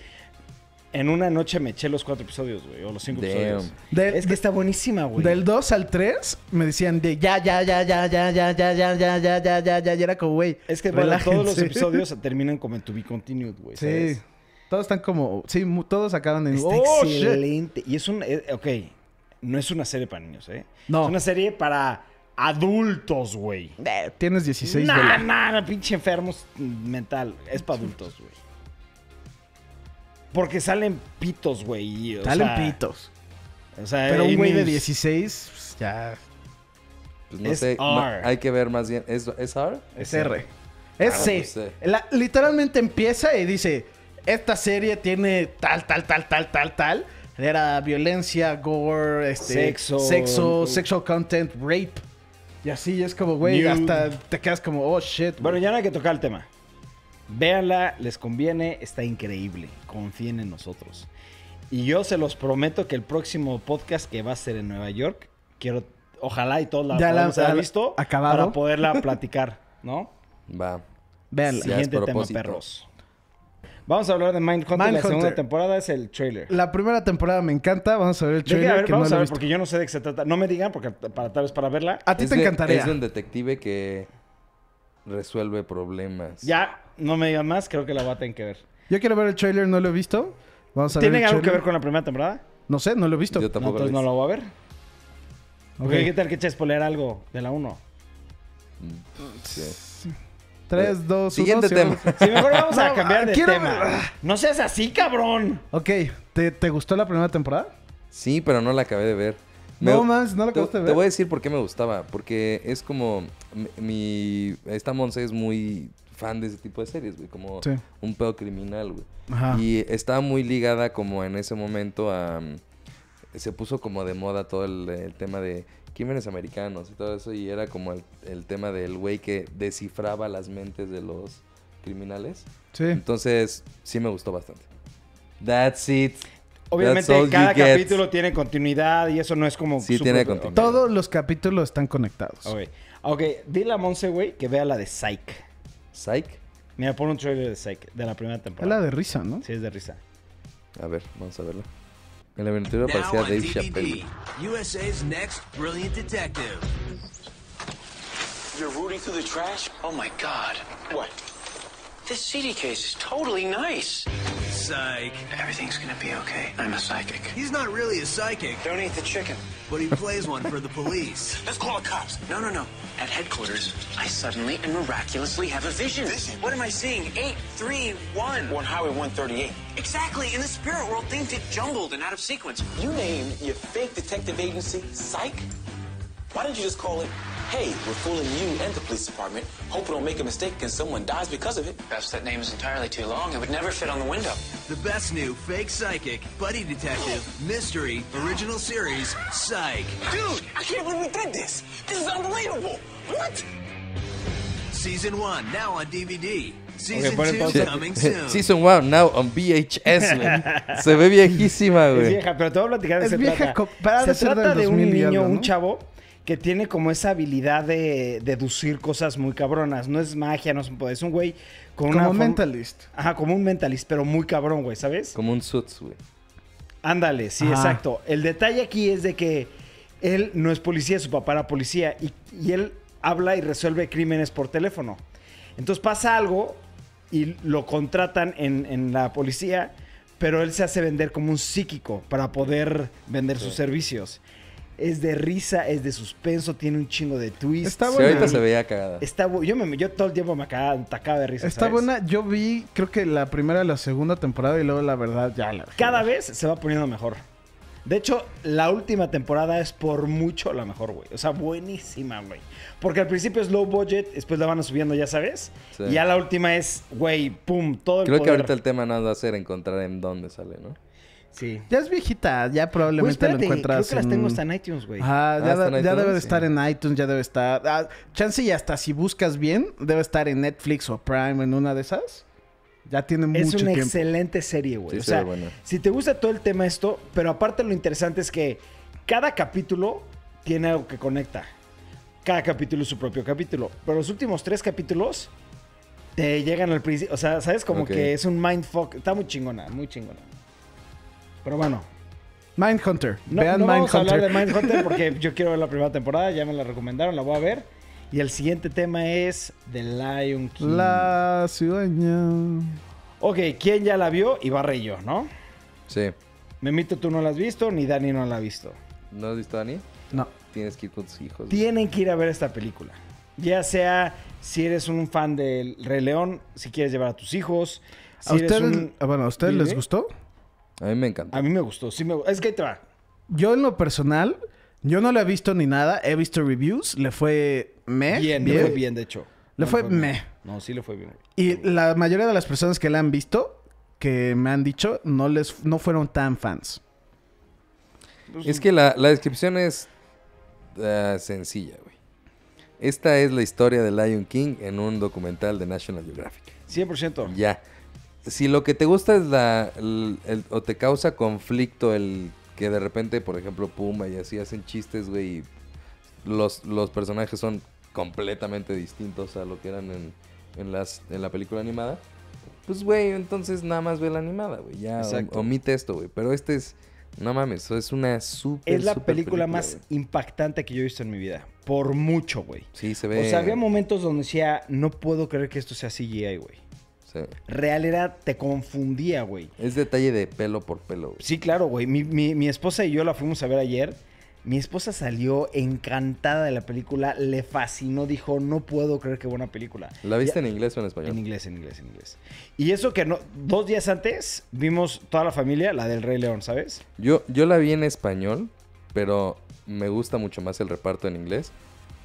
Speaker 1: en una noche me eché los cuatro episodios, güey, o los cinco
Speaker 3: Damn.
Speaker 1: episodios.
Speaker 2: Del-
Speaker 1: es que está buenísima, güey.
Speaker 2: Del 2 al 3 me decían de ya, ya, ya, ya, ya, ya, ya, ya, ya, ya, ya, ya, ya, y era como, güey.
Speaker 1: Es que bueno, todos los
Speaker 2: relájense.
Speaker 1: episodios terminan como en To Be Continued, güey.
Speaker 2: Sí.
Speaker 1: ¿sabes?
Speaker 2: Todos están como. Sí, mu- todos acaban en.
Speaker 1: Está
Speaker 2: ¡Oh, shit!
Speaker 1: excelente. Y es un. eh, ok, no es una serie para niños, ¿eh?
Speaker 2: No.
Speaker 1: Es una serie para adultos, güey.
Speaker 2: Eh, Tienes 16
Speaker 1: Nah,
Speaker 2: dólares.
Speaker 1: nah, nah, pinche enfermos mental. Es para adultos, güey. Porque salen pitos, güey. y, o
Speaker 2: Salen
Speaker 1: sea,
Speaker 2: pitos.
Speaker 1: O sea,
Speaker 2: Pero un güey de
Speaker 1: niños-
Speaker 2: 16, pues, ya.
Speaker 3: Pues no
Speaker 1: Es
Speaker 3: sé,
Speaker 1: R.
Speaker 3: ma- hay que ver más bien. ¿Es, es R?
Speaker 2: Es R. Es
Speaker 3: Ah,
Speaker 2: C.
Speaker 3: no
Speaker 1: pues,
Speaker 3: sé.
Speaker 2: La- literalmente empieza y dice: Esta serie tiene tal, tal, tal, tal, tal, tal. Era violencia, gore, este,
Speaker 1: Sexo.
Speaker 2: sexo, sexual content, rape. Y así es como, güey,
Speaker 1: Nude.
Speaker 2: hasta te quedas como, oh shit.
Speaker 1: Bueno,
Speaker 2: güey".
Speaker 1: ya no hay que tocar el tema. Véanla, les conviene, está increíble. Confíen en nosotros. Y yo se los prometo que el próximo podcast que va a ser en Nueva York, quiero, ojalá y todos la
Speaker 2: Ya la-
Speaker 1: podamos haber
Speaker 2: ya la-
Speaker 1: visto
Speaker 2: acabado.
Speaker 1: para poderla platicar, ¿no?
Speaker 3: Va.
Speaker 2: Véanla.
Speaker 3: Sí. Ya es
Speaker 1: Siguiente tema,
Speaker 3: propósito.
Speaker 1: perros. Vamos a hablar de Mindhunter. la
Speaker 2: Mindhunter.
Speaker 1: segunda temporada es el trailer.
Speaker 2: La primera temporada me encanta. Vamos a ver el
Speaker 1: Deje,
Speaker 2: trailer
Speaker 1: a ver,
Speaker 2: que no
Speaker 1: vamos
Speaker 2: lo
Speaker 1: a
Speaker 2: he
Speaker 1: ver,
Speaker 2: visto. Ah.
Speaker 1: porque yo no sé de qué se trata. No me digan, porque para tal vez para verla.
Speaker 2: A ti
Speaker 3: Es
Speaker 2: te
Speaker 3: de-
Speaker 2: encantaría.
Speaker 3: Es de un detective que resuelve problemas.
Speaker 1: Ya, no me digan más, creo que la voy a tener que ver.
Speaker 2: Yo quiero ver el trailer, no lo he visto. Vamos a ver.
Speaker 1: ¿Tienen
Speaker 2: el
Speaker 1: algo que ver
Speaker 2: trailer.
Speaker 1: con la primera temporada?
Speaker 2: No sé, no lo he visto.
Speaker 3: Yo
Speaker 1: No,
Speaker 3: tampoco
Speaker 1: entonces
Speaker 3: lo
Speaker 1: no
Speaker 3: he
Speaker 1: la voy a ver.
Speaker 2: Ok.
Speaker 1: Porque ¿Qué tal que eches spoiler algo de la 1?
Speaker 3: visto. Sí.
Speaker 2: 3, 2, 1.
Speaker 3: Siguiente tema.
Speaker 1: Sí, mejor vamos a
Speaker 2: No,
Speaker 1: cambiar de
Speaker 2: quiero-
Speaker 1: tema. No seas así, cabrón.
Speaker 2: Ok, ¿te, te gustó la primera temporada?
Speaker 3: Sí, pero no la acabé de ver.
Speaker 2: No, más, no la
Speaker 3: te,
Speaker 2: acabaste de
Speaker 3: te
Speaker 2: ver.
Speaker 3: voy a decir por qué me gustaba. Porque es como. mi- Mi. Esta Monse es muy fan de ese tipo de series, güey. Como
Speaker 2: Sí.
Speaker 3: un pedo criminal, güey.
Speaker 2: Ajá.
Speaker 3: Y estaba muy ligada, como en ese momento, a. mm, Se puso como de moda todo el, el tema de crímenes americanos y todo eso. Y era como el, el tema del güey que descifraba las mentes de los criminales.
Speaker 2: Sí.
Speaker 3: Entonces, sí me gustó bastante. That's it.
Speaker 1: Obviamente
Speaker 3: That's all
Speaker 1: cada
Speaker 3: you get.
Speaker 1: capítulo tiene continuidad y eso no es como...
Speaker 3: Sí, tiene continuidad.
Speaker 2: Todos los capítulos están conectados.
Speaker 1: Ok, ok. Dile a Monse, güey, que vea la de Psych.
Speaker 3: Psych.
Speaker 1: Mira, pon un trailer de Psych de la primera
Speaker 2: Es
Speaker 1: temporada.
Speaker 2: la de risa, ¿no?
Speaker 1: Sí, es de risa.
Speaker 3: A ver, vamos a verla. En la aventura
Speaker 6: Now
Speaker 3: parecía
Speaker 6: on
Speaker 3: Dave
Speaker 6: DVD,
Speaker 3: Chappelle.
Speaker 6: USA's next brilliant detective.
Speaker 7: You're rooting through the trash?
Speaker 6: Oh my God,
Speaker 7: What?
Speaker 6: this CD case is totally nice. Psych. Everything's gonna be okay. I'm a psychic. He's not really a psychic. Don't eat the chicken. But he plays one for the police.
Speaker 7: Let's call the cops.
Speaker 6: No, no, no. At headquarters, I suddenly and miraculously have a vision.
Speaker 7: Vision?
Speaker 6: What am I seeing? Eight, three, one.
Speaker 7: We're on Highway 138.
Speaker 6: Exactly. In the spirit world, things get jumbled and out of sequence.
Speaker 7: You named your fake detective agency Psych? Why didn't you just call it, hey, we're fooling you and the police department. Hope we don't make a mistake and someone dies because of it.
Speaker 6: Perhaps that name is entirely too long. It would never fit on the window. The best new fake psychic, buddy detective, mystery, original series, Psych.
Speaker 7: Dude, I can't believe we did this. This is unbelievable. What?
Speaker 6: Season 1, now on DVD.
Speaker 1: Ok,
Speaker 6: Season
Speaker 1: pon
Speaker 6: 2
Speaker 1: entonces-
Speaker 6: coming soon.
Speaker 3: Season 1, now on VHS, güey. Se ve viejísima,
Speaker 1: Es
Speaker 3: güey.
Speaker 1: vieja, pero te voy a platicar de
Speaker 2: Es
Speaker 1: qué se
Speaker 2: vieja
Speaker 1: trata.
Speaker 2: co- para
Speaker 1: se
Speaker 2: de ser del
Speaker 1: trata de un
Speaker 2: 2000 y
Speaker 1: niño,
Speaker 2: algo,
Speaker 1: un
Speaker 2: ¿no?
Speaker 1: chavo que tiene como esa habilidad de deducir cosas muy cabronas. No es magia, no es un poder. Es un güey con una...
Speaker 2: Como
Speaker 1: forma-
Speaker 2: mentalist.
Speaker 1: Ajá, como un mentalist, pero muy cabrón, güey, ¿sabes?
Speaker 3: Como un Suits, güey.
Speaker 1: Ándale, sí,
Speaker 2: Ajá.
Speaker 1: exacto. El detalle aquí es de que él no es policía, su papá era policía y, y él habla y resuelve crímenes por teléfono. Entonces pasa algo y lo contratan en, en la policía, pero él se hace vender como un psíquico para poder vender sus servicios. Es de risa, es de suspenso, tiene un chingo de twist.
Speaker 2: Está
Speaker 3: Si
Speaker 2: buena.
Speaker 3: ahorita se veía cagada.
Speaker 1: yo, me, yo todo el tiempo me acababa, atacaba de risa.
Speaker 2: Está
Speaker 1: ¿sabes?
Speaker 2: buena. Yo vi, creo que la primera, la segunda temporada y luego la verdad ya la.
Speaker 1: Cada vez se va poniendo mejor. De hecho, la última temporada es por mucho la mejor, güey. O sea, buenísima, güey. Porque al principio es low budget, después la van subiendo, ya sabes.
Speaker 3: Sí.
Speaker 1: Y ya la última es, güey, pum, todo el
Speaker 3: Creo que
Speaker 1: poder.
Speaker 3: ahorita el tema nada va a ser encontrar en dónde sale, ¿no?
Speaker 1: Sí.
Speaker 2: Ya es viejita, ya
Speaker 1: Güey,
Speaker 2: probablemente
Speaker 1: Pues espérate,
Speaker 2: lo
Speaker 1: creo
Speaker 2: encuentras.
Speaker 1: que las
Speaker 2: en-
Speaker 1: tengo hasta en iTunes, güey.
Speaker 2: Ajá, ya,
Speaker 3: Ah, ¿está en
Speaker 2: de- ya
Speaker 3: iTunes?
Speaker 2: debe de
Speaker 3: Sí.
Speaker 2: estar en iTunes, ya debe estar. ah, chance y hasta si buscas bien, debe estar en Netflix o Prime, en una de esas. Ya tiene
Speaker 1: Es
Speaker 2: mucho
Speaker 1: una
Speaker 2: tiempo.
Speaker 1: excelente serie, güey.
Speaker 3: Sí,
Speaker 1: o
Speaker 3: se ve
Speaker 1: sea,
Speaker 3: buena.
Speaker 1: si te gusta todo el tema esto, pero aparte lo interesante es que cada capítulo tiene algo que conecta. Cada capítulo es su propio capítulo. Pero los últimos tres capítulos te llegan al principio. O sea, ¿sabes? Como
Speaker 3: Ok.
Speaker 1: que es un mindfuck. Está muy chingona, muy chingona. Pero bueno,
Speaker 2: Mindhunter.
Speaker 1: no,
Speaker 2: Vean
Speaker 1: no vamos a hablar
Speaker 2: Mindhunter.
Speaker 1: de Mindhunter porque yo quiero ver la primera temporada. Ya me la recomendaron, la voy a ver. Y el siguiente tema es The Lion King.
Speaker 2: La ciudadana.
Speaker 1: Ok, ¿quién ya la vio? Ibarra y yo, ¿no?
Speaker 3: Sí.
Speaker 1: Memito, tú no la has visto, ni Dani no la ha visto.
Speaker 3: ¿No has visto Dani?
Speaker 2: No.
Speaker 3: Tienes que ir con tus hijos. güey.
Speaker 1: Tienen que ir a ver esta película. Ya sea si eres un fan del Rey León, si quieres llevar a tus hijos. Si
Speaker 2: ¿A
Speaker 1: eres
Speaker 2: ustedes,
Speaker 1: un-
Speaker 2: ah, bueno, ¿a ustedes
Speaker 1: ¿Dime?
Speaker 2: les gustó?
Speaker 3: A mí me encanta.
Speaker 1: A mí me gustó, sí me gu- Es que ahí te va.
Speaker 2: Yo en lo personal, yo no la he visto ni nada. He visto reviews. Le fue meh.
Speaker 1: Bien, le fue bien, de hecho.
Speaker 2: ¿Eh? Le fue
Speaker 1: bien.
Speaker 2: meh.
Speaker 1: No, sí le fue bien.
Speaker 2: Y la mayoría de las personas que la han visto, que me han dicho, no les no fueron tan fans.
Speaker 1: pues
Speaker 3: Es que la, la descripción es ah, sencilla, güey. Esta es la historia de Lion King en un documental de National Geographic.
Speaker 1: 100%.
Speaker 3: Ya. Si lo que te gusta es la. el- el- o te causa conflicto el que de repente, por ejemplo, Puma y así hacen chistes, güey. y Los, los personajes son completamente distintos a lo que eran en, en las, en la película animada. Pues, güey, entonces nada más ve la animada, güey. Ya
Speaker 1: Exacto.
Speaker 3: o- omite esto, güey. Pero este es. No mames, es una súper.
Speaker 1: Es la
Speaker 3: súper
Speaker 1: película más
Speaker 3: güey.
Speaker 1: impactante que yo he visto en mi vida. Por mucho, güey.
Speaker 3: Sí, se ve.
Speaker 1: O sea, había momentos donde decía, no puedo creer que esto sea CGI, güey.
Speaker 3: sí.
Speaker 1: Real era, te confundía, güey.
Speaker 3: Es detalle de pelo por pelo, güey.
Speaker 1: Sí, claro, güey. Mi, mi- mi esposa y yo la fuimos a ver ayer. Mi esposa salió encantada de la película, le fascinó, dijo, no puedo creer qué buena película.
Speaker 3: ¿La viste
Speaker 1: Ya-
Speaker 3: en inglés o en español?
Speaker 1: en inglés? En inglés, en inglés. Y eso que no, dos días antes vimos toda la familia, la del Rey León, ¿sabes?
Speaker 3: Yo, yo la vi en español, pero me gusta mucho más el reparto en inglés.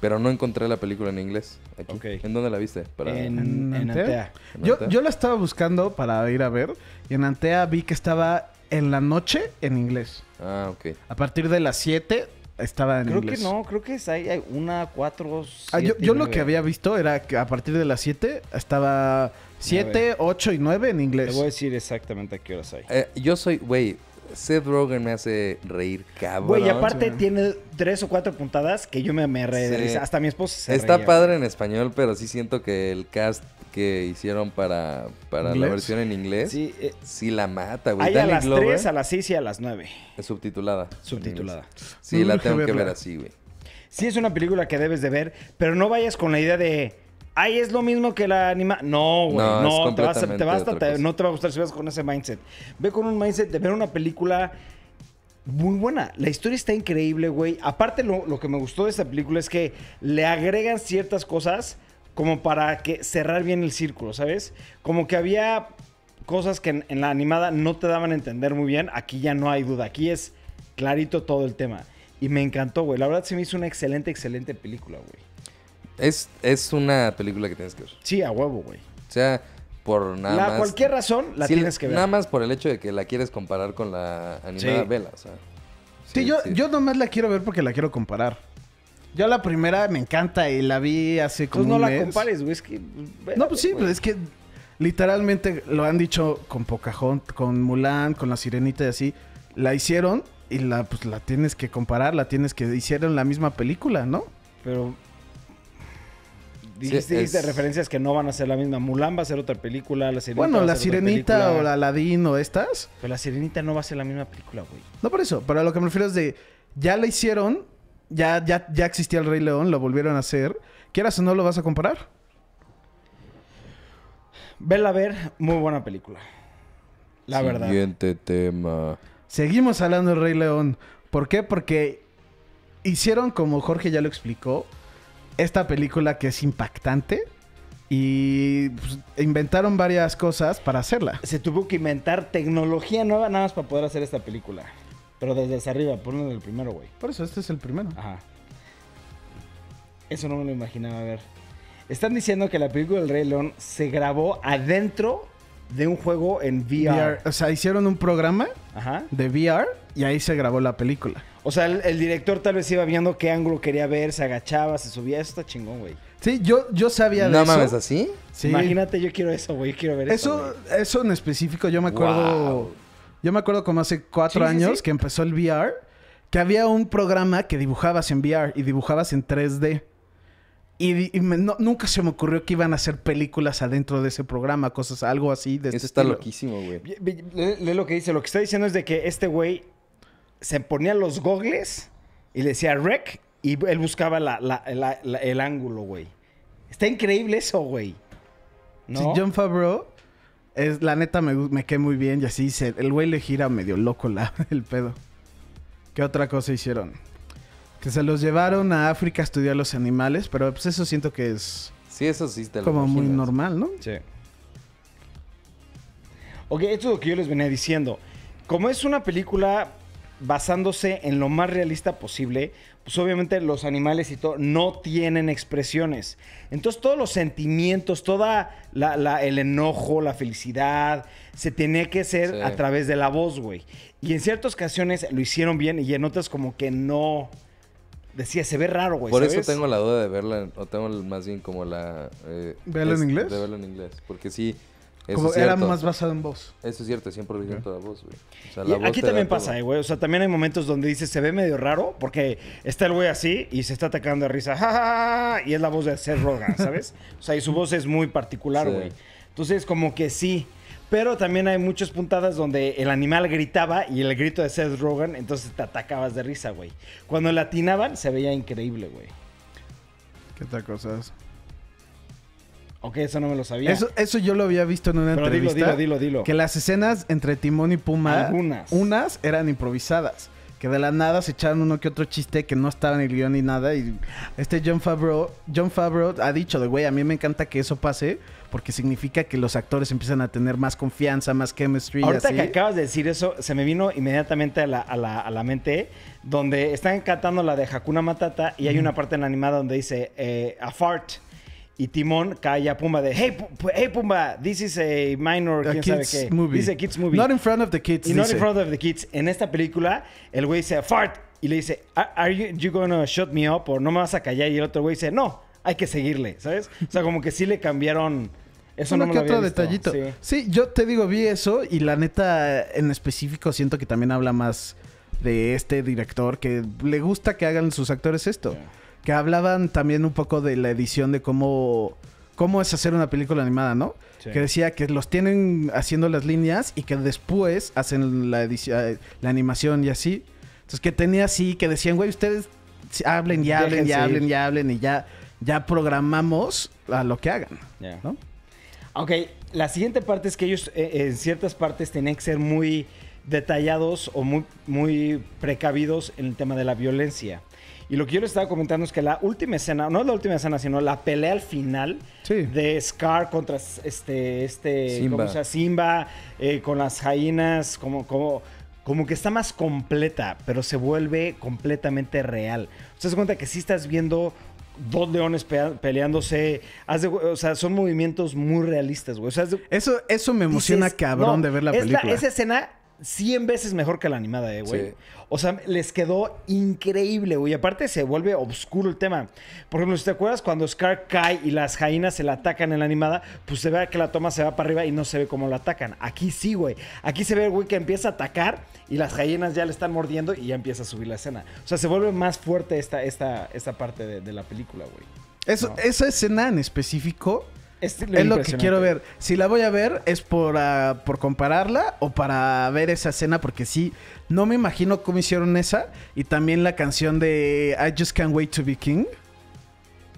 Speaker 3: Pero no encontré la película en inglés. Aquí.
Speaker 1: Ok.
Speaker 3: ¿En dónde la viste? Para-
Speaker 1: En, en Antea.
Speaker 3: ¿En
Speaker 2: Yo,
Speaker 3: Antea?
Speaker 2: yo la estaba buscando para ir a ver. Y en Antea vi que estaba en la noche en inglés.
Speaker 3: Ah, ok.
Speaker 2: A partir de las 7 estaba en
Speaker 1: Creo
Speaker 2: inglés.
Speaker 1: que no, creo que es ahí, hay una, cuatro,
Speaker 2: Ah, yo
Speaker 1: siete y
Speaker 2: yo lo
Speaker 1: nueve.
Speaker 2: que había visto era que a partir de las 7 estaba 7, 8 y 9 en
Speaker 1: Te
Speaker 2: inglés.
Speaker 1: voy a decir exactamente a qué horas hay.
Speaker 3: Eh, yo soy, güey, Seth Rogen me hace reír
Speaker 2: Ah,
Speaker 3: cabrón.
Speaker 1: Güey, y aparte tiene tres o cuatro puntadas que yo me, me re de
Speaker 3: Sí.
Speaker 1: risa. Hasta mi esposa se
Speaker 3: Está
Speaker 1: reía,
Speaker 3: padre en español, pero sí siento que el cast que hicieron para, para la
Speaker 2: ¿Inglés?
Speaker 3: versión en
Speaker 1: güey.
Speaker 3: inglés sí,
Speaker 1: Sí, eh,
Speaker 3: la mata,
Speaker 2: Pues
Speaker 3: güey.
Speaker 1: Hay a
Speaker 3: Danny
Speaker 1: las
Speaker 3: Glover
Speaker 1: 3, a las 6 y a las 9.
Speaker 3: es subtitulada. en
Speaker 1: Subtitulada.
Speaker 3: inglés. Sí, la
Speaker 2: Urge
Speaker 3: tengo que ver
Speaker 2: verla.
Speaker 3: así, güey.
Speaker 1: Sí es una película que debes de ver, pero no vayas con la idea de... Ay, es lo mismo que la anima... No, güey,
Speaker 3: No,
Speaker 1: no,
Speaker 3: es
Speaker 1: te vas a- te
Speaker 3: completamente
Speaker 1: vas a-
Speaker 3: otra
Speaker 1: te-
Speaker 3: cosa.
Speaker 1: no te va a gustar si vas con ese mindset. Ve con un mindset de ver una película muy buena. La historia está increíble, güey. Aparte, lo, lo que me gustó de esta película es que le agregan ciertas cosas como para que cerrar bien el círculo, ¿sabes? Como que había cosas que en, en la animada no te daban a entender muy bien. Aquí ya no hay duda. Aquí es clarito todo el tema. Y me encantó, güey. La verdad se me hizo una excelente, excelente película, güey.
Speaker 3: Es, es una película que tienes que ver.
Speaker 1: Sí, a huevo, güey.
Speaker 3: O sea, por nada
Speaker 1: La-
Speaker 3: más.
Speaker 1: cualquier razón la
Speaker 3: Sí,
Speaker 1: tienes que ver.
Speaker 3: Nada más por el hecho de que la quieres comparar con la animada
Speaker 1: Sí.
Speaker 3: Vela, o sea.
Speaker 2: Sí, yo, yo nomás la quiero ver porque la quiero comparar. Yo la primera me encanta y la vi hace
Speaker 1: Entonces
Speaker 2: como
Speaker 1: Pues no
Speaker 2: un
Speaker 1: la
Speaker 2: mes.
Speaker 1: compares, güey. Es que... pues,
Speaker 2: No, pues sí,
Speaker 1: güey.
Speaker 2: pero es que literalmente lo han dicho con Pocahontas, con Mulan, con la Sirenita y así. La hicieron y la pues la tienes que comparar, la tienes que hicieron la misma película, ¿no?
Speaker 1: Pero. Dijiste, dijiste
Speaker 3: es-
Speaker 1: referencias que no van a ser la misma. Mulan va a ser otra película. La sirenita
Speaker 2: bueno,
Speaker 1: va a
Speaker 2: la
Speaker 1: ser otra
Speaker 2: Sirenita
Speaker 1: película.
Speaker 2: o la Aladín o estas.
Speaker 1: Pero la sirenita no va a ser la misma película, güey.
Speaker 2: No por eso, pero a lo que me refiero es de ya la hicieron, ya ya ya existía el Rey León, lo volvieron a hacer. Quieras o no lo vas a comparar.
Speaker 1: Vela a ver, muy buena película. La verdad.
Speaker 3: Siguiente tema.
Speaker 2: Seguimos hablando del Rey León. ¿Por qué? Porque hicieron, como Jorge ya lo explicó, esta película que es impactante y pues, inventaron varias cosas para hacerla.
Speaker 1: Se tuvo que inventar tecnología nueva nada más para poder hacer esta película. Pero desde hacia arriba, ponlo en el primero, güey.
Speaker 2: Por eso, este es el primero.
Speaker 3: Ah,
Speaker 1: Ajá. Eso no me lo imaginaba, a ver. Están diciendo que la película del Rey León se grabó adentro de un juego en VR.
Speaker 2: VR, O sea, hicieron un programa
Speaker 1: Ajá.
Speaker 2: de VR y ahí se grabó la película.
Speaker 1: O sea, el, el director tal vez iba viendo qué ángulo quería ver, se agachaba, se subía. Eso está chingón, güey.
Speaker 2: Sí, yo, yo sabía de
Speaker 3: No
Speaker 2: eso.
Speaker 3: mames, ¿así?
Speaker 2: Sí.
Speaker 1: Imagínate, yo quiero eso, güey. Yo quiero ver eso.
Speaker 2: Eso,
Speaker 1: güey.
Speaker 2: eso en específico, yo me acuerdo. Yo me acuerdo como hace cuatro
Speaker 1: Sí, sí,
Speaker 2: años
Speaker 1: sí.
Speaker 2: que empezó el VR, que había un programa que dibujabas en VR y dibujabas en 3D. Y, y me- no- nunca se me ocurrió que iban a hacer películas adentro de ese programa, cosas, algo así. De
Speaker 3: Eso
Speaker 2: este
Speaker 3: está
Speaker 2: estilo.
Speaker 3: loquísimo, güey.
Speaker 1: Ve- ve- Lee, lee lo que dice. Lo que está diciendo es de que este güey se ponía los gogles y le decía rec y él buscaba la- la- la- la- el ángulo, güey. Está increíble eso, güey. ¿No?
Speaker 2: Sí, John Favreau, es, la neta me, gu- me quedé muy bien y así se, el güey le gira medio loco la, el pedo. ¿Qué otra cosa hicieron? Que se los llevaron a África a estudiar los animales, pero pues eso siento que es
Speaker 3: Sí, eso sí te lo
Speaker 2: como muy
Speaker 3: imaginas.
Speaker 2: normal, ¿no?
Speaker 1: Sí. Ok, esto es lo que yo les venía diciendo. Como es una película basándose en lo más realista posible, pues obviamente los animales y todo no tienen expresiones. Entonces todos los sentimientos, toda la, la- el enojo, la felicidad, se tenía que hacer
Speaker 3: Sí.
Speaker 1: a través de la voz, güey. Y en ciertas ocasiones lo hicieron bien y en otras como que no. Decía, se ve raro, güey.
Speaker 3: Por
Speaker 1: ¿sabes?
Speaker 3: eso tengo la duda de verla, en- o tengo más bien como la... eh,
Speaker 2: ¿Verla en
Speaker 3: es-
Speaker 2: inglés?
Speaker 3: De verla en inglés, porque sí, eso
Speaker 2: Como
Speaker 3: es
Speaker 2: era
Speaker 3: cierto.
Speaker 2: más basado en voz.
Speaker 3: Eso es cierto, siempre lo toda la voz, güey. O sea,
Speaker 1: Y
Speaker 3: la voz
Speaker 1: aquí
Speaker 3: te da
Speaker 1: también
Speaker 3: todo.
Speaker 1: pasa, eh, güey. O sea, también hay momentos donde dices, se ve medio raro, porque está el güey así y se está atacando de risa. "Ja, ja, ja, ja", y es la voz de Seth Rogen, ¿sabes? o sea, y su voz es muy particular,
Speaker 3: Sí.
Speaker 1: güey. Entonces, como que sí. Pero también hay muchas puntadas donde el animal gritaba y el grito de Seth Rogen, entonces te atacabas de risa, güey. Cuando le atinaban, se veía increíble, güey.
Speaker 2: ¿Qué otra cosa es?
Speaker 1: Ok, eso no me lo sabía.
Speaker 2: Eso, eso yo lo había visto en una
Speaker 1: Pero dilo,
Speaker 2: entrevista.
Speaker 1: dilo, dilo, dilo.
Speaker 2: Que las escenas entre Timón y Puma,
Speaker 1: Algunas.
Speaker 2: unas eran improvisadas. Que de la nada se echaron uno que otro chiste que no estaba en el guión ni nada. Y este John Favreau, John Favreau ha dicho de, güey, a mí me encanta que eso pase porque significa que los actores empiezan a tener más confianza, más chemistry. y
Speaker 1: Ahorita
Speaker 2: así.
Speaker 1: que acabas de decir eso, se me vino inmediatamente a la, a la- a la mente donde están cantando la de Hakuna Matata y hay una parte en la animada donde dice eh, a fart y Timón calla a Pumba de hey, Pu- Pu- hey, Pumba, this is a minor,
Speaker 2: A
Speaker 1: quién sabe
Speaker 2: kids
Speaker 1: qué.
Speaker 2: movie.
Speaker 1: Dice kids movie.
Speaker 2: Not in front of the kids.
Speaker 1: Y not in
Speaker 2: dice.
Speaker 1: front of the kids. En esta película, el güey dice fart y le dice, "Are- ¿Are you, you gonna shut me up? O no me vas a callar. Y el otro güey dice, no, hay que seguirle, ¿sabes? O sea, como que sí le cambiaron. Eso
Speaker 2: Uno
Speaker 1: no me
Speaker 2: que
Speaker 1: lo había
Speaker 2: otro
Speaker 1: visto.
Speaker 2: detallito.
Speaker 1: Sí.
Speaker 2: Sí. yo te digo, vi eso y la neta, en específico, siento que también habla más de este director que le gusta que hagan sus actores esto. Que hablaban también un poco de la edición de cómo, cómo es hacer una película animada, ¿no?
Speaker 1: Sí.
Speaker 2: Que decía que los tienen haciendo las líneas y que después hacen la, edici- eh, la animación y así. Entonces que tenía así, que decían, güey, ustedes hablen y hablen y
Speaker 1: Déjense
Speaker 2: hablen
Speaker 1: ir.
Speaker 2: y hablen y ya, ya programamos a lo que hagan.
Speaker 1: Ya.
Speaker 2: ¿no?
Speaker 1: Ok, la siguiente parte es que ellos eh, en ciertas partes tenían que ser muy detallados o muy, muy precavidos en el tema de la violencia. Y lo que yo les estaba comentando es que la última escena, no es la última escena, sino la pelea al final
Speaker 2: Sí.
Speaker 1: de Scar contra s- este, este
Speaker 3: Simba.
Speaker 1: ¿cómo se llama? Simba, eh, con las jainas, como, como, como que está más completa, pero se vuelve completamente real. Te das cuenta que sí estás viendo dos leones pe- peleándose. haz de- o sea, son movimientos muy realistas, güey. O sea, haz de-
Speaker 2: Eso, eso me emociona
Speaker 1: dices,
Speaker 2: cabrón
Speaker 1: no,
Speaker 2: de ver la
Speaker 1: es
Speaker 2: película.
Speaker 1: esa escena 100 veces mejor que la animada, eh, güey.
Speaker 3: Sí.
Speaker 1: O sea, les quedó increíble, güey. Aparte se vuelve oscuro el tema. Por ejemplo, si te acuerdas cuando Scar cae y las jainas se la atacan en la animada, pues se ve que la toma se va para arriba y no se ve cómo la atacan. Aquí sí, güey. Aquí se ve, güey, que empieza a atacar y las jainas ya le están mordiendo y ya empieza a subir la escena. O sea, se vuelve más fuerte esta, esta, esta parte de, de la película, güey.
Speaker 2: Eso- Esa escena en específico
Speaker 1: Es,
Speaker 2: es lo que
Speaker 1: impresionante.
Speaker 2: quiero ver. Si la voy a ver es por, ah, por compararla o para ver esa escena porque sí, no me imagino cómo hicieron esa. Y también la canción de I Just Can't Wait to Be King.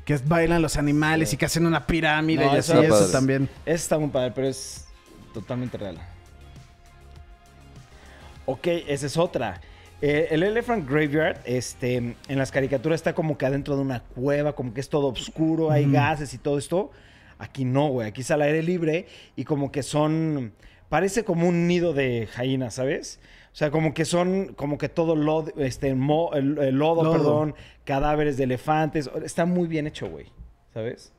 Speaker 2: Que es- bailan los animales y que hacen una pirámide
Speaker 1: No,
Speaker 2: y
Speaker 1: eso
Speaker 2: así,
Speaker 3: está
Speaker 2: eso
Speaker 3: padre.
Speaker 2: también.
Speaker 1: Ese está muy padre, pero es totalmente real. Ok, esa es otra. Eh, el Elephant Graveyard, este, en las caricaturas está como que adentro de una cueva, como que es todo oscuro, hay gases y todo esto. Aquí no, güey. Aquí es al aire libre y como que son. Parece como un nido de jainas, ¿sabes? O sea, como que son, como que todo lodo, este, mo- el- el lodo,
Speaker 2: Lodo.
Speaker 1: perdón, cadáveres de elefantes. Está muy bien hecho, güey. ¿Sabes?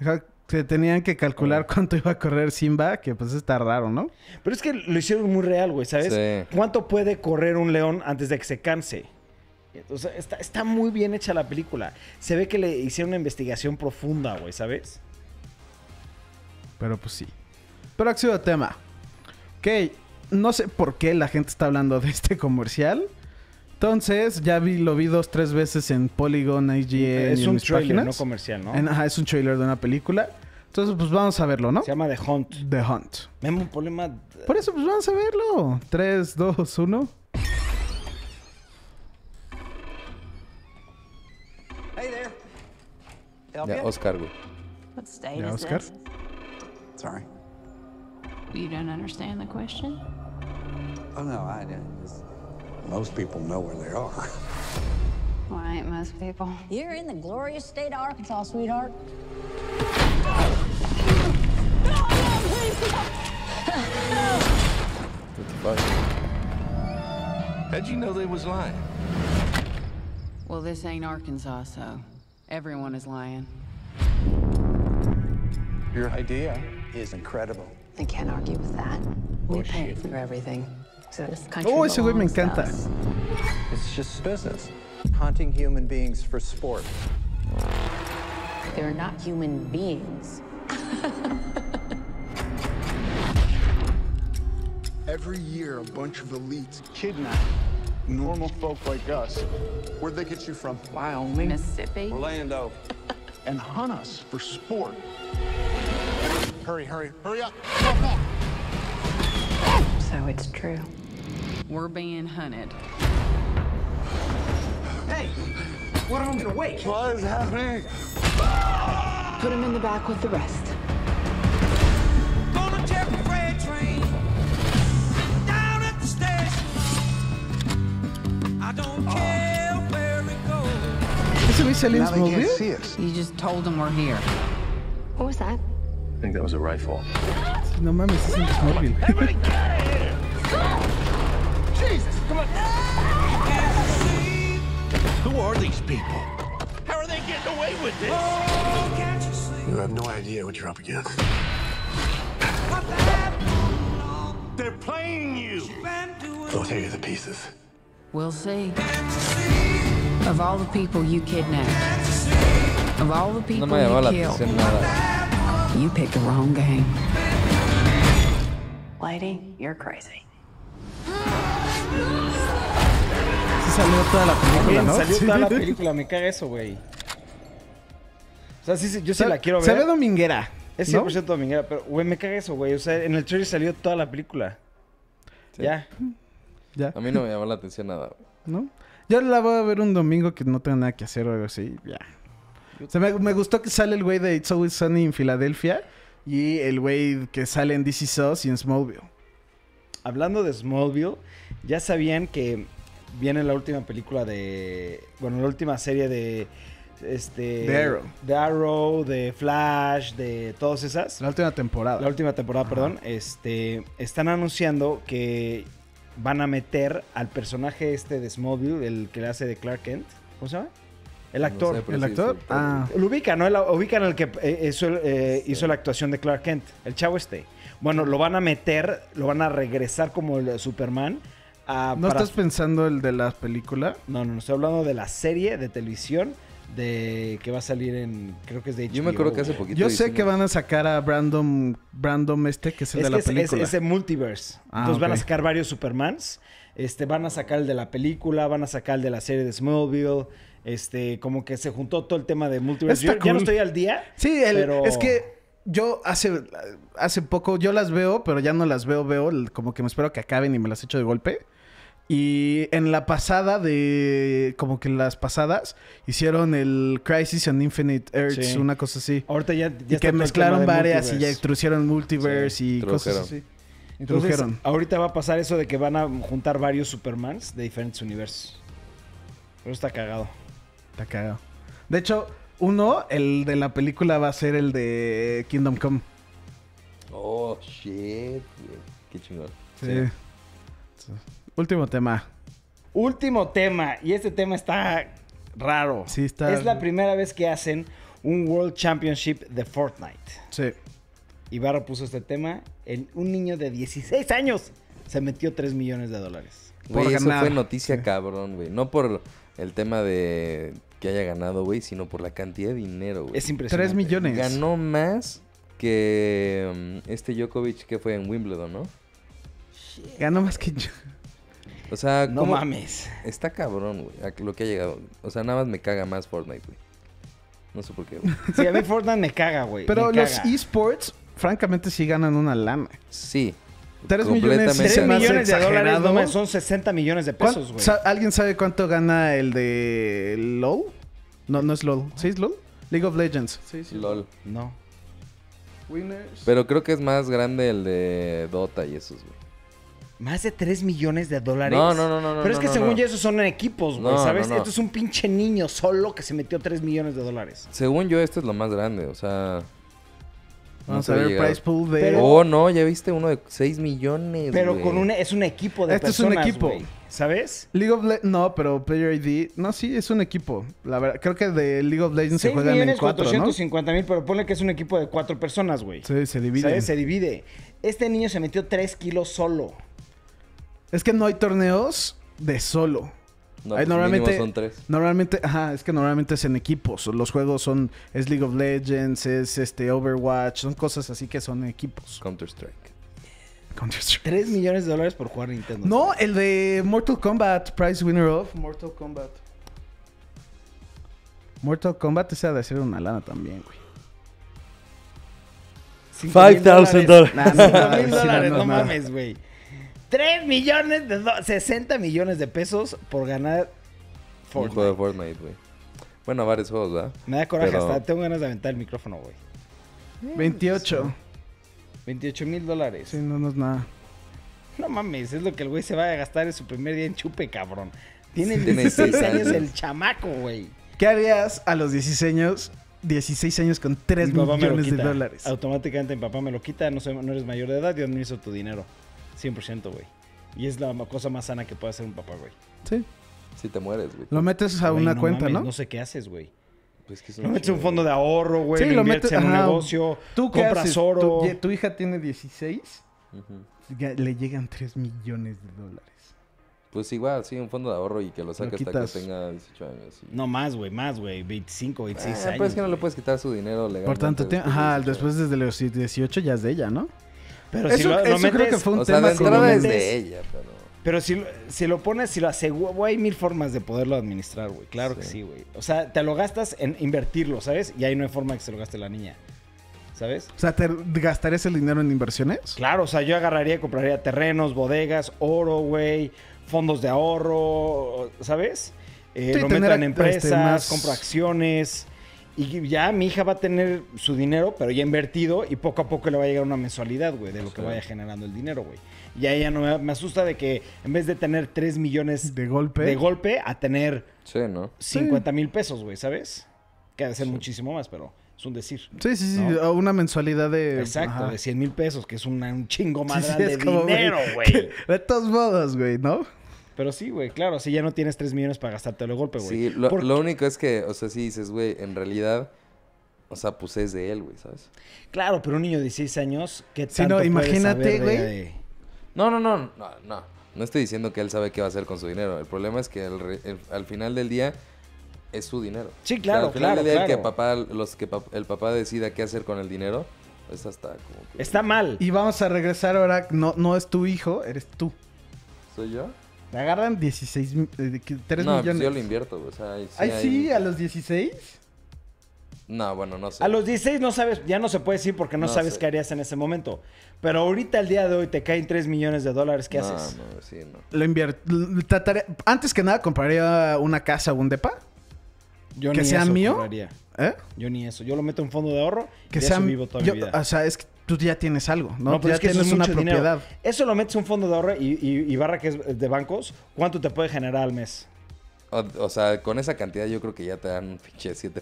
Speaker 2: Ajá, Se tenían que calcular cuánto iba a correr Simba, que pues está raro, ¿no?
Speaker 1: Pero es que lo hicieron muy real, güey, ¿sabes?
Speaker 3: Sí.
Speaker 1: ¿Cuánto puede correr un león antes de que se canse? O sea, está, está muy bien hecha la película. Se ve que le hicieron una investigación profunda, güey, ¿sabes?
Speaker 2: Pero pues sí. Próximo tema. Ok, no sé por qué la gente está hablando de este comercial. Entonces, ya vi, lo vi dos, tres veces en Polygon, IGN. y
Speaker 1: es
Speaker 2: en
Speaker 1: un
Speaker 2: mis
Speaker 1: trailer,
Speaker 2: páginas.
Speaker 1: no comercial, ¿no?
Speaker 2: En- ajá, es un trailer de una película. Entonces, pues vamos a verlo, ¿no?
Speaker 1: Se llama The Hunt.
Speaker 2: The Hunt.
Speaker 1: Memo, problema.
Speaker 2: Por eso, pues vamos a verlo. 3, 2, 1.
Speaker 6: Hey there. Help
Speaker 3: Ya,
Speaker 6: you?
Speaker 3: Oscar, güey.
Speaker 8: What state
Speaker 2: Yeah,
Speaker 8: is
Speaker 2: Oscar.
Speaker 8: this?
Speaker 6: Sorry.
Speaker 8: You don't understand the question?
Speaker 6: Oh no, I didn't. It's- Most people know where they are.
Speaker 8: Why ain't most people?
Speaker 9: You're in the glorious state of Arkansas, sweetheart.
Speaker 3: What the fuck?
Speaker 10: How'd you know they was lying?
Speaker 8: Well, this ain't Arkansas, so everyone is lying.
Speaker 10: Your idea.
Speaker 6: Is incredible.
Speaker 8: They can't argue with that. We pay for everything. So this country
Speaker 2: Oh, ese güey me
Speaker 8: belongs to
Speaker 2: encanta.
Speaker 8: us.
Speaker 10: It's just business. Hunting human beings for sport.
Speaker 8: They're not human beings.
Speaker 11: Every year, a bunch of elites kidnap normal folk like us. Where'd they get you from?
Speaker 10: Wyoming.
Speaker 8: Mississippi.
Speaker 6: Orlando.
Speaker 11: And hunt us for sport. Hurry, hurry, hurry up!
Speaker 8: So it's true. We're being hunted.
Speaker 6: Hey, what home's awake?
Speaker 11: What is happening?
Speaker 8: Put him in the back with the rest.
Speaker 10: On a Jeffrey Freight train. Down at the station. I don't care where it goes.
Speaker 2: ¿Ese güey sale en
Speaker 11: Now
Speaker 2: su
Speaker 11: they
Speaker 2: movie?
Speaker 11: can't see us.
Speaker 8: You just told them we're here. What was that?
Speaker 10: I think that was a rifle.
Speaker 2: No mames, es en Smallville.
Speaker 10: Who are these people? How are they getting away with this? Oh, can't you see?
Speaker 11: You have no idea what you're up against. They're playing you! They'll tear you to pieces.
Speaker 8: We'll see. Of all the people you kidnapped, of all the
Speaker 3: No
Speaker 8: people
Speaker 3: me llamó la
Speaker 8: you killed,
Speaker 3: atención nada.
Speaker 8: you picked the wrong game. Lady, you're crazy.
Speaker 2: Sí salió toda la película,
Speaker 1: Bien,
Speaker 2: ¿no?
Speaker 1: salió toda la
Speaker 2: Sí.
Speaker 1: película, me caga eso, güey. O sea, sí, sí, yo sí la quiero
Speaker 2: Se ve
Speaker 1: ver.
Speaker 2: dominguera.
Speaker 1: Es
Speaker 2: ¿no?
Speaker 1: 100% dominguera, pero, güey, me caga eso, güey. O sea, en el trailer salió toda la película. Ya.
Speaker 2: Ya,
Speaker 3: A mí no me llamó la atención nada, güey.
Speaker 2: ¿no? Yo la voy a ver un domingo que no tengo nada que hacer o algo así. Ya. O sea, me, me gustó que sale el güey de It's Always Sunny en Filadelfia y el güey que sale en DC Sauce y en Smallville.
Speaker 1: Hablando de Smallville, ya sabían que viene la última película de. Bueno, la última serie de. Este.
Speaker 2: De Arrow.
Speaker 1: De Arrow, de Flash, de todas esas.
Speaker 2: La última temporada.
Speaker 1: La última temporada, perdón. Este. Están anunciando que van a meter al personaje este de Smallville, el que le hace de Clark Kent. ¿Cómo se llama? El actor.
Speaker 3: No sé, pero
Speaker 2: ¿El
Speaker 3: sí,
Speaker 2: actor?
Speaker 3: sí, pero-
Speaker 2: ah.
Speaker 1: Lo ubican, ¿no? El- ubican al que eh, hizo, el- eh, hizo la actuación de Clark Kent, el chavo este. Bueno, lo van a meter, lo van a regresar como el eh, Superman. A,
Speaker 2: ¿No
Speaker 1: para-
Speaker 2: estás pensando el de la película?
Speaker 1: no, no, no, estoy hablando de la serie de televisión de que va a salir en, creo que es de HBO.
Speaker 3: Yo me acuerdo que hace
Speaker 1: güey.
Speaker 3: poquito.
Speaker 2: Yo sé que
Speaker 3: hicimos-
Speaker 2: van a sacar a Brandon, Brandon este, que es el
Speaker 1: Es
Speaker 2: de la
Speaker 1: que es- es,
Speaker 2: película.
Speaker 1: es de multiverse.
Speaker 2: Ah,
Speaker 1: Entonces van a
Speaker 2: ok.
Speaker 1: sacar varios Supermans. Este, van a sacar el de la película, van a sacar el de la serie de Smallville. Este, como que se juntó todo el tema de multiverse. Yo,
Speaker 2: Está
Speaker 1: Ya no
Speaker 2: cool.
Speaker 1: estoy al día.
Speaker 2: Sí, el-
Speaker 1: pero-
Speaker 2: es que yo hace, hace poco, yo las veo, pero ya no las veo, veo el- como que me espero que acaben y me las echo de golpe. Y en la pasada de, como que las pasadas, hicieron el Crisis on Infinite Earths,
Speaker 1: Sí.
Speaker 2: una cosa así.
Speaker 1: Ahorita ya, ya
Speaker 2: y
Speaker 1: está todo
Speaker 2: que
Speaker 1: el
Speaker 2: mezclaron
Speaker 1: tema de
Speaker 2: varias y ya
Speaker 1: multiverse.
Speaker 2: introdujeron multiverse y cosas así.
Speaker 1: Entonces,
Speaker 3: introdujeron.
Speaker 1: ah,
Speaker 2: Introdujeron.
Speaker 1: ahorita va a pasar eso de que van a juntar varios Supermans de diferentes universos. Pero está cagado.
Speaker 2: Está cagado. De hecho, uno, el de la película va a ser el de Kingdom Come.
Speaker 3: Oh, shit, güey. Qué chingón.
Speaker 2: Sí. Último tema.
Speaker 1: Último tema, y este tema está raro.
Speaker 2: Sí, está-
Speaker 1: Es la primera vez que hacen un World Championship de Fortnite.
Speaker 2: Sí.
Speaker 1: Ibarra puso este tema. El- un niño de 16 años se metió 3 millones de dólares.
Speaker 3: Güey,
Speaker 2: Por
Speaker 3: eso
Speaker 2: ganar.
Speaker 3: fue noticia cabrón, güey. No por el tema de que haya ganado, güey, sino por la cantidad de dinero, güey.
Speaker 1: Es impresionante.
Speaker 2: Tres millones.
Speaker 3: Ganó más que mm, este Djokovic que fue en Wimbledon, ¿no?
Speaker 2: Ganó más que yo.
Speaker 3: O sea,
Speaker 1: No
Speaker 3: ¿cómo-
Speaker 1: mames.
Speaker 3: Está cabrón, güey, a lo que ha llegado. O sea, nada más me caga más Fortnite, güey. No sé por qué, güey.
Speaker 1: Sí, a mí Fortnite me caga, güey.
Speaker 2: Pero
Speaker 1: me
Speaker 2: los
Speaker 1: caga.
Speaker 2: esports, francamente, sí ganan una lana.
Speaker 3: Sí.
Speaker 2: Tres
Speaker 3: completamente.
Speaker 2: millones, sí se
Speaker 1: Tres
Speaker 2: me hace
Speaker 1: millones de dólares
Speaker 2: exagerado.
Speaker 1: no mames, son 60 millones de
Speaker 2: ¿Cuán-
Speaker 1: pesos, güey.
Speaker 2: sa- ¿Alguien sabe cuánto gana el de LOL? No, no es LOL. ¿Sí es LOL? League of Legends. Sí, sí.
Speaker 3: LOL.
Speaker 1: No.
Speaker 2: Winners.
Speaker 3: Pero creo que es más grande el de Dota y esos, güey.
Speaker 1: Más de 3 millones de dólares.
Speaker 3: No, no, no, no, no,
Speaker 1: Pero es
Speaker 3: no,
Speaker 1: que
Speaker 3: no,
Speaker 1: según
Speaker 3: no.
Speaker 1: yo, esos son en equipos, güey,
Speaker 3: No,
Speaker 1: ¿sabes?
Speaker 3: no, no.
Speaker 1: Esto es un pinche niño solo que se metió 3 millones de dólares.
Speaker 3: Según yo, este es lo más grande, o sea... no
Speaker 2: Vamos
Speaker 3: se
Speaker 2: a
Speaker 3: había
Speaker 2: ver
Speaker 3: llegado.
Speaker 2: price pool de...
Speaker 1: Pero-
Speaker 3: Oh, no, ya viste uno de 6 millones,
Speaker 1: Pero
Speaker 3: Pues, güey.
Speaker 1: con un, es un equipo de
Speaker 2: Este es un
Speaker 1: personas,
Speaker 2: equipo.
Speaker 1: güey, ¿Sabes?
Speaker 2: League of Legends... No, pero Player ID... No, sí, es un equipo. La verdad, creo que de League of Legends se
Speaker 1: 6
Speaker 2: juegan en
Speaker 1: millones
Speaker 2: cuatro, ¿no?
Speaker 1: 450 mil, pero ponle que es un equipo de 4 personas, güey.
Speaker 2: Sí, se dividen.
Speaker 1: ¿Sabes? Se divide. Este niño se metió 3 kilos solo.
Speaker 2: Es que no hay torneos de solo.
Speaker 3: No,
Speaker 2: Hay
Speaker 3: pues mínimo son tres.
Speaker 2: Normalmente, ajá, es que normalmente es en equipos. Los juegos son, es League of Legends, es este Overwatch, son cosas así que son equipos.
Speaker 3: Counter-Strike.
Speaker 2: Counter-Strike.
Speaker 1: 3 millones de dólares por jugar Nintendo.
Speaker 2: No, el de Mortal Kombat, Prize Winner of Mortal Kombat. Mortal Kombat, esa de ser una lana también, güey.
Speaker 1: Cinco mil
Speaker 2: $5,000.
Speaker 1: Nah,
Speaker 2: No,
Speaker 1: cinco
Speaker 2: no,
Speaker 1: mil
Speaker 2: no,
Speaker 1: dólares,
Speaker 2: no,
Speaker 1: no
Speaker 2: no.
Speaker 1: mames, güey. 3 millones de do- 60 millones de pesos por ganar
Speaker 3: Un
Speaker 1: Fortnite.
Speaker 3: juego de Fortnite, güey. Bueno, varios juegos, ¿verdad?
Speaker 1: Me da coraje
Speaker 3: Pero-
Speaker 1: hasta, tengo ganas de aventar el micrófono, güey.
Speaker 2: 28.
Speaker 1: 28 mil dólares.
Speaker 2: Sí, no, no es nada.
Speaker 1: No mames, es lo que el güey se va a gastar en su primer día en chupe, cabrón. Tiene
Speaker 3: Sí, tiene
Speaker 1: 16
Speaker 3: 16
Speaker 1: años
Speaker 3: años.
Speaker 1: el chamaco, güey.
Speaker 2: ¿Qué harías a los 16 años, 16 años con 3
Speaker 1: Mi papá me lo
Speaker 2: millones de
Speaker 1: quita.
Speaker 2: dólares?
Speaker 1: Automáticamente mi papá me lo quita, no, soy- no eres mayor de edad, yo administro tu dinero. 100%, güey. Y es la cosa más sana que puede hacer un papá, güey.
Speaker 2: Sí.
Speaker 3: Si te mueres, güey.
Speaker 2: Lo metes a
Speaker 1: Güey,
Speaker 2: una
Speaker 1: no
Speaker 2: cuenta,
Speaker 1: mames,
Speaker 2: ¿no?
Speaker 1: No sé qué haces, güey.
Speaker 3: Pues que es
Speaker 1: Lo metes en un
Speaker 3: chingo,
Speaker 1: fondo de ahorro, güey.
Speaker 2: Sí,
Speaker 1: lo
Speaker 2: lo
Speaker 1: metes
Speaker 2: metes
Speaker 1: en un
Speaker 2: ajá.
Speaker 1: negocio.
Speaker 2: ¿Tú qué
Speaker 1: compras
Speaker 2: haces?
Speaker 1: oro.
Speaker 2: ¿Tu, tu hija tiene 16,
Speaker 3: güey. Ujú.
Speaker 2: ya le llegan 3 millones de dólares.
Speaker 3: Pues igual, sí, un fondo de ahorro y que lo saque hasta que
Speaker 2: quitas.
Speaker 3: tenga 18 años. y-
Speaker 1: No más, güey, más, güey. 25,
Speaker 2: Eh,
Speaker 1: 26
Speaker 3: Ah,
Speaker 1: años.
Speaker 2: pues
Speaker 3: pero es que no le
Speaker 1: güey.
Speaker 3: puedes quitar su dinero legalmente.
Speaker 2: Por tanto, te-
Speaker 3: de
Speaker 2: ajá,
Speaker 3: 18.
Speaker 2: después desde los 18 ya es de ella, ¿no?
Speaker 1: Pero
Speaker 2: eso
Speaker 1: si lo, lo
Speaker 2: eso creo
Speaker 1: metes-
Speaker 2: que fue un
Speaker 3: O sea,
Speaker 2: tema
Speaker 3: de
Speaker 2: con-
Speaker 3: entrada es
Speaker 1: metes-
Speaker 3: de ella, pero...
Speaker 1: Pero si, lo- si lo pones, si lo aseguras, güey, hay mil formas de poderlo administrar, güey. Claro que sí, güey. O sea, te lo gastas en invertirlo, ¿sabes? Y ahí no hay forma que se lo gaste la niña. ¿Sabes?
Speaker 2: O sea, ¿te gastarías el dinero en inversiones?
Speaker 1: Claro, o sea, yo agarraría y compraría terrenos, bodegas, oro, güey, fondos de ahorro, ¿sabes? Eh,
Speaker 2: Sí,
Speaker 1: lo
Speaker 2: tener
Speaker 1: meto en
Speaker 2: ac-
Speaker 1: empresas,
Speaker 2: este, más-
Speaker 1: compro acciones. Y ya mi hija va a tener su dinero, pero ya invertido, y poco a poco le va a llegar una mensualidad, güey, de lo que
Speaker 3: Sí.
Speaker 1: vaya generando el dinero, güey. Y a ella no me, me asusta de que en vez de tener 3 millones
Speaker 2: De golpe.
Speaker 1: de golpe a tener
Speaker 3: Sí, ¿no?
Speaker 1: 50 mil pesos, güey, ¿sabes? Que ha de ser muchísimo más, pero es un decir.
Speaker 2: Sí, sí, sí.
Speaker 1: ¿No?
Speaker 2: o Una mensualidad de.
Speaker 1: Exacto,
Speaker 2: ajá.
Speaker 1: de 100 mil pesos, que es una- un chingo
Speaker 2: Sí,
Speaker 1: más
Speaker 2: sí,
Speaker 1: grande
Speaker 2: es
Speaker 1: de
Speaker 2: como,
Speaker 1: dinero, güey.
Speaker 2: que- De todos modos, güey, ¿no?
Speaker 1: Pero sí, güey, claro, si ya no tienes 3 millones para gastártelo de golpe, güey.
Speaker 3: Sí, lo,
Speaker 1: Porque-
Speaker 3: lo único es que, o sea, sí dices, güey, en realidad, o sea, pues es de él, güey, ¿sabes?
Speaker 1: Claro, pero un niño de 16 años, ¿qué tanto
Speaker 2: Sí, no,
Speaker 1: puede
Speaker 2: imagínate,
Speaker 1: saber de-
Speaker 2: güey.
Speaker 1: de-
Speaker 3: No, no, no, no, no. No estoy diciendo que él sabe qué va a hacer con su dinero. El problema es que el re- el- al final del día es su dinero.
Speaker 1: Sí, claro,
Speaker 3: al final
Speaker 1: claro,
Speaker 3: del día el
Speaker 1: claro.
Speaker 3: que papá, los que pap- el papá decida qué hacer con el dinero, es hasta como que...
Speaker 1: Está mal.
Speaker 2: Y vamos a regresar ahora. No, no es tu hijo, eres tú.
Speaker 3: ¿Soy yo?
Speaker 2: Te agarran 16. mi- eh, que- 3
Speaker 3: no,
Speaker 2: millones.
Speaker 3: pues yo lo invierto, güey. O sea, ahí sí,
Speaker 2: Ay,
Speaker 3: hay-
Speaker 2: sí, a los 16.
Speaker 3: No, bueno, no sé.
Speaker 1: A los 16 no sabes, ya no se puede decir porque no,
Speaker 3: No
Speaker 1: sabes
Speaker 3: sé.
Speaker 1: qué harías en ese momento. Pero ahorita, el día de hoy, te caen 3 millones de dólares, ¿qué
Speaker 3: no,
Speaker 1: haces?
Speaker 3: No, sí, no.
Speaker 2: Lo invierto. Trataría. Antes que nada, compraría una casa o un depa.
Speaker 1: Yo
Speaker 2: ¿Que
Speaker 1: ni
Speaker 2: sea
Speaker 1: eso
Speaker 2: mío?
Speaker 1: compraría.
Speaker 2: ¿eh?
Speaker 1: Yo ni eso. Yo lo meto en fondo de ahorro
Speaker 2: Que
Speaker 1: y de
Speaker 2: sea.
Speaker 1: eso vivo toda
Speaker 2: yo-
Speaker 1: mi vida.
Speaker 2: O sea, es que tú ya tienes algo, ¿no? pues
Speaker 1: No, pero
Speaker 2: ya
Speaker 1: es que eso
Speaker 2: tienes
Speaker 1: es
Speaker 2: una
Speaker 1: mucho dinero.
Speaker 2: propiedad.
Speaker 1: Eso lo metes en un fondo de ahorro y, y- y barra que es de bancos. ¿Cuánto te puede generar al mes?
Speaker 3: O, o sea, con esa cantidad yo creo que ya te dan un pinche 7%,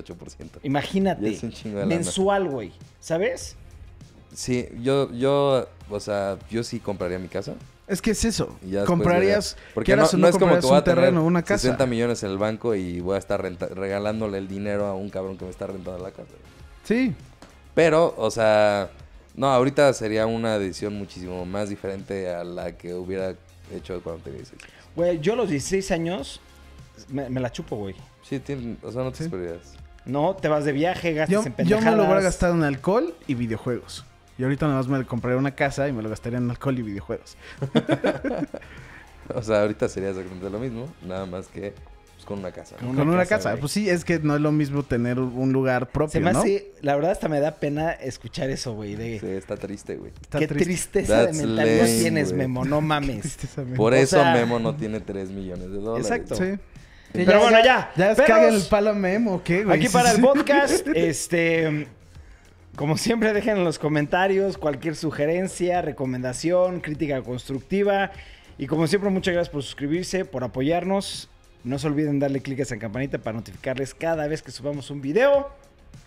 Speaker 3: 8%.
Speaker 1: Imagínate.
Speaker 3: Ya es un chingo de lana.
Speaker 1: mensual, güey. ¿Sabes?
Speaker 3: sí, yo, yo, o sea, yo sí compraría mi casa.
Speaker 2: Es que es eso.
Speaker 3: y ya después
Speaker 2: comprarías,
Speaker 3: vería.
Speaker 2: porque no,
Speaker 3: no, no es como que voy
Speaker 2: un
Speaker 3: a tener
Speaker 2: terreno, una casa.
Speaker 3: 60 millones en el banco y voy a estar renta- regalándole el dinero a un cabrón que me está rentando la casa.
Speaker 2: Sí.
Speaker 3: Pero, o sea, no, ahorita sería una decisión muchísimo más diferente a la que hubiera hecho cuando tenía 16.
Speaker 1: Güey, yo a los 16 años me, me la chupo, güey.
Speaker 3: Sí, o sea, no te prioridades.
Speaker 1: No, te vas de viaje, gastas
Speaker 2: Yo,
Speaker 1: en
Speaker 2: yo
Speaker 1: pendejadas.
Speaker 2: me lo voy a gastar en alcohol y videojuegos. Y ahorita nada más me compraría una casa y me lo gastaría en alcohol y videojuegos.
Speaker 3: O sea, ahorita sería exactamente lo mismo, nada más que pues, con una casa.
Speaker 2: Con una casa. Pues sí, es que no es lo mismo tener un- un lugar propio,
Speaker 1: Se me
Speaker 2: ¿no?
Speaker 1: hace, la verdad hasta me da pena escuchar eso, güey. De,
Speaker 3: Sí, está triste, güey.
Speaker 1: qué tristeza
Speaker 3: That's
Speaker 1: de mentalidad
Speaker 3: lame,
Speaker 1: tienes,
Speaker 3: güey.
Speaker 1: Memo, no mames.
Speaker 3: Por
Speaker 1: O
Speaker 3: eso
Speaker 1: sea,
Speaker 3: Memo no tiene 3 millones de dólares.
Speaker 1: Exacto.
Speaker 2: Sí.
Speaker 1: Pero bueno, ya.
Speaker 2: Ya es
Speaker 1: Perros.
Speaker 2: caga el palo a Memo, ¿qué, güey?
Speaker 1: Aquí para el podcast, este. Como siempre, dejen en los comentarios cualquier sugerencia, recomendación, crítica constructiva. Y como siempre, muchas gracias por suscribirse, por apoyarnos. No se olviden darle clic a esa campanita para notificarles cada vez que subamos un video.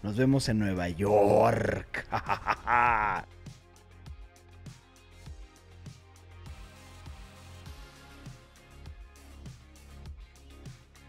Speaker 1: Nos vemos en Nueva York.